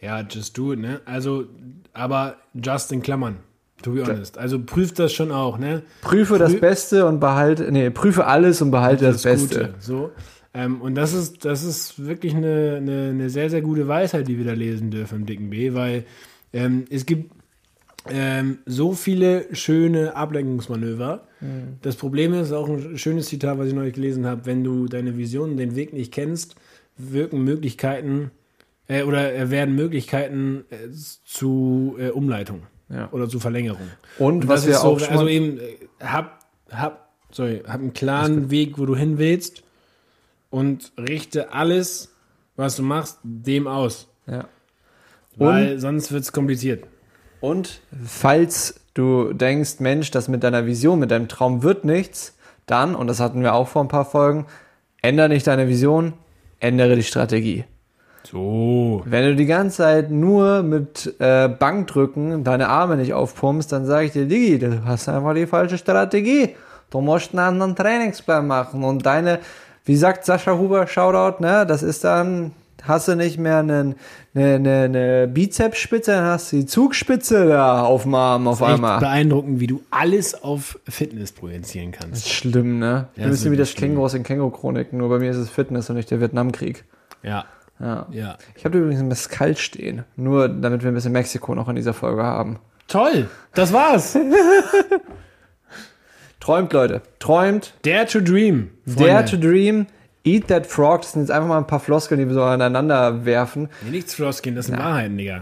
Ja, just do it, ne? Also, aber just in Klammern. To be honest. Also prüft das schon auch, ne?
Prüfe das Beste und behalte, nee, prüfe alles und behalte das, Beste.
Gute, so. Ähm, und das ist, das ist wirklich eine, eine, eine sehr, sehr gute Weisheit, die wir da lesen dürfen im dicken B, weil ähm, es gibt ähm, so viele schöne Ablenkungsmanöver. Das Problem ist, auch ein schönes Zitat, was ich neulich gelesen habe, wenn du deine Vision und den Weg nicht kennst, wirken Möglichkeiten äh, oder äh, werden Möglichkeiten äh, zu äh, Umleitung
Ja.
oder zu Verlängerung.
Und,
Und das
was
ist
wir
so,
auch schon
also
mal,
eben, äh, hab, hab, sorry, hab einen klaren Weg, wo du hin willst und richte alles, was du machst, dem aus.
ja.
Weil sonst wird es kompliziert.
Und falls du denkst, Mensch, das mit deiner Vision, mit deinem Traum wird nichts, dann, und das hatten wir auch vor ein paar Folgen, ändere nicht deine Vision, ändere die Strategie.
So.
Wenn du die ganze Zeit nur mit äh, Bankdrücken deine Arme nicht aufpumpst, dann sage ich dir, Digi, du hast einfach die falsche Strategie. Du musst einen anderen Trainingsplan machen und deine, wie sagt Sascha Huber, Shoutout, ne, das ist dann, hast du nicht mehr einen, eine, eine, eine Bizepsspitze, dann hast du die Zugspitze da auf dem Arm auf
Echt
einmal.
beeindruckend, wie du alles auf Fitness projizieren kannst.
Schlimm, ne?
Ja,
ein bisschen wie
super
das
schlimm.
Känguru aus den Känguru-Chroniken, nur bei mir ist es Fitness und nicht der Vietnamkrieg.
Ja.
Ja.
Ja.
Ich habe übrigens ein Mescal stehen, nur damit wir ein bisschen Mexiko noch in dieser Folge haben.
Toll, das war's.
Träumt, Leute. Träumt.
Dare to dream. Freunde.
Dare to dream. Eat that frog. Das sind jetzt einfach mal ein paar Floskeln, die wir so aneinander werfen.
Nee, nichts Floskeln, das sind Wahrheiten, Digga.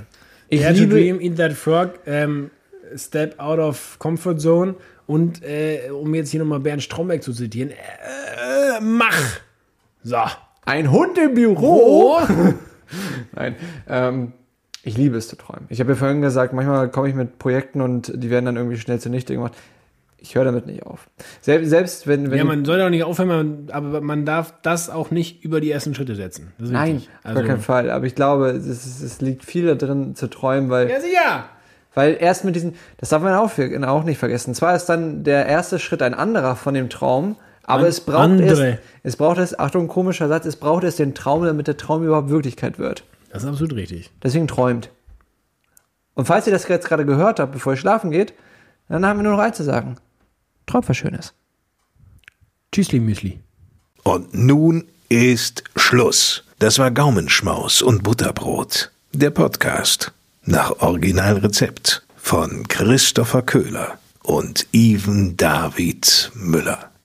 Ich
Dare
liebe-
to dream, eat that frog, ähm, step out of comfort zone und äh, um jetzt hier nochmal Bernd Stromberg zu zitieren, äh, äh, mach. So.
Ein Hund im Büro. Nein. Ähm, ich liebe es zu träumen. Ich habe ja vorhin gesagt, manchmal komme ich mit Projekten und die werden dann irgendwie schnell zunichte gemacht. Ich höre damit nicht auf. Selbst, selbst wenn, wenn
Ja, man soll doch nicht aufhören, man, aber man darf das auch nicht über die ersten Schritte setzen. Das ist
Nein,
wichtig.
auf
Also,
gar keinen Fall. Aber ich glaube, es, ist, es liegt viel da drin zu träumen, weil
ja, sicher.
Weil erst mit diesen, das darf man auch, auch nicht vergessen. Zwar ist dann der erste Schritt ein anderer von dem Traum, aber
Ein
es braucht
andere.
es, es braucht es, Achtung, komischer Satz, es braucht es den Traum, damit der Traum überhaupt Wirklichkeit wird.
Das ist absolut richtig.
Deswegen träumt. Und falls ihr das jetzt gerade gehört habt, bevor ihr schlafen geht, dann haben wir nur noch eins zu sagen. Träumt was Schönes.
Tschüssli, Müsli.
Und nun ist Schluss. Das war Gaumenschmaus und Butterbrot. Der Podcast nach Originalrezept von Christopher Köhler und Even David Müller.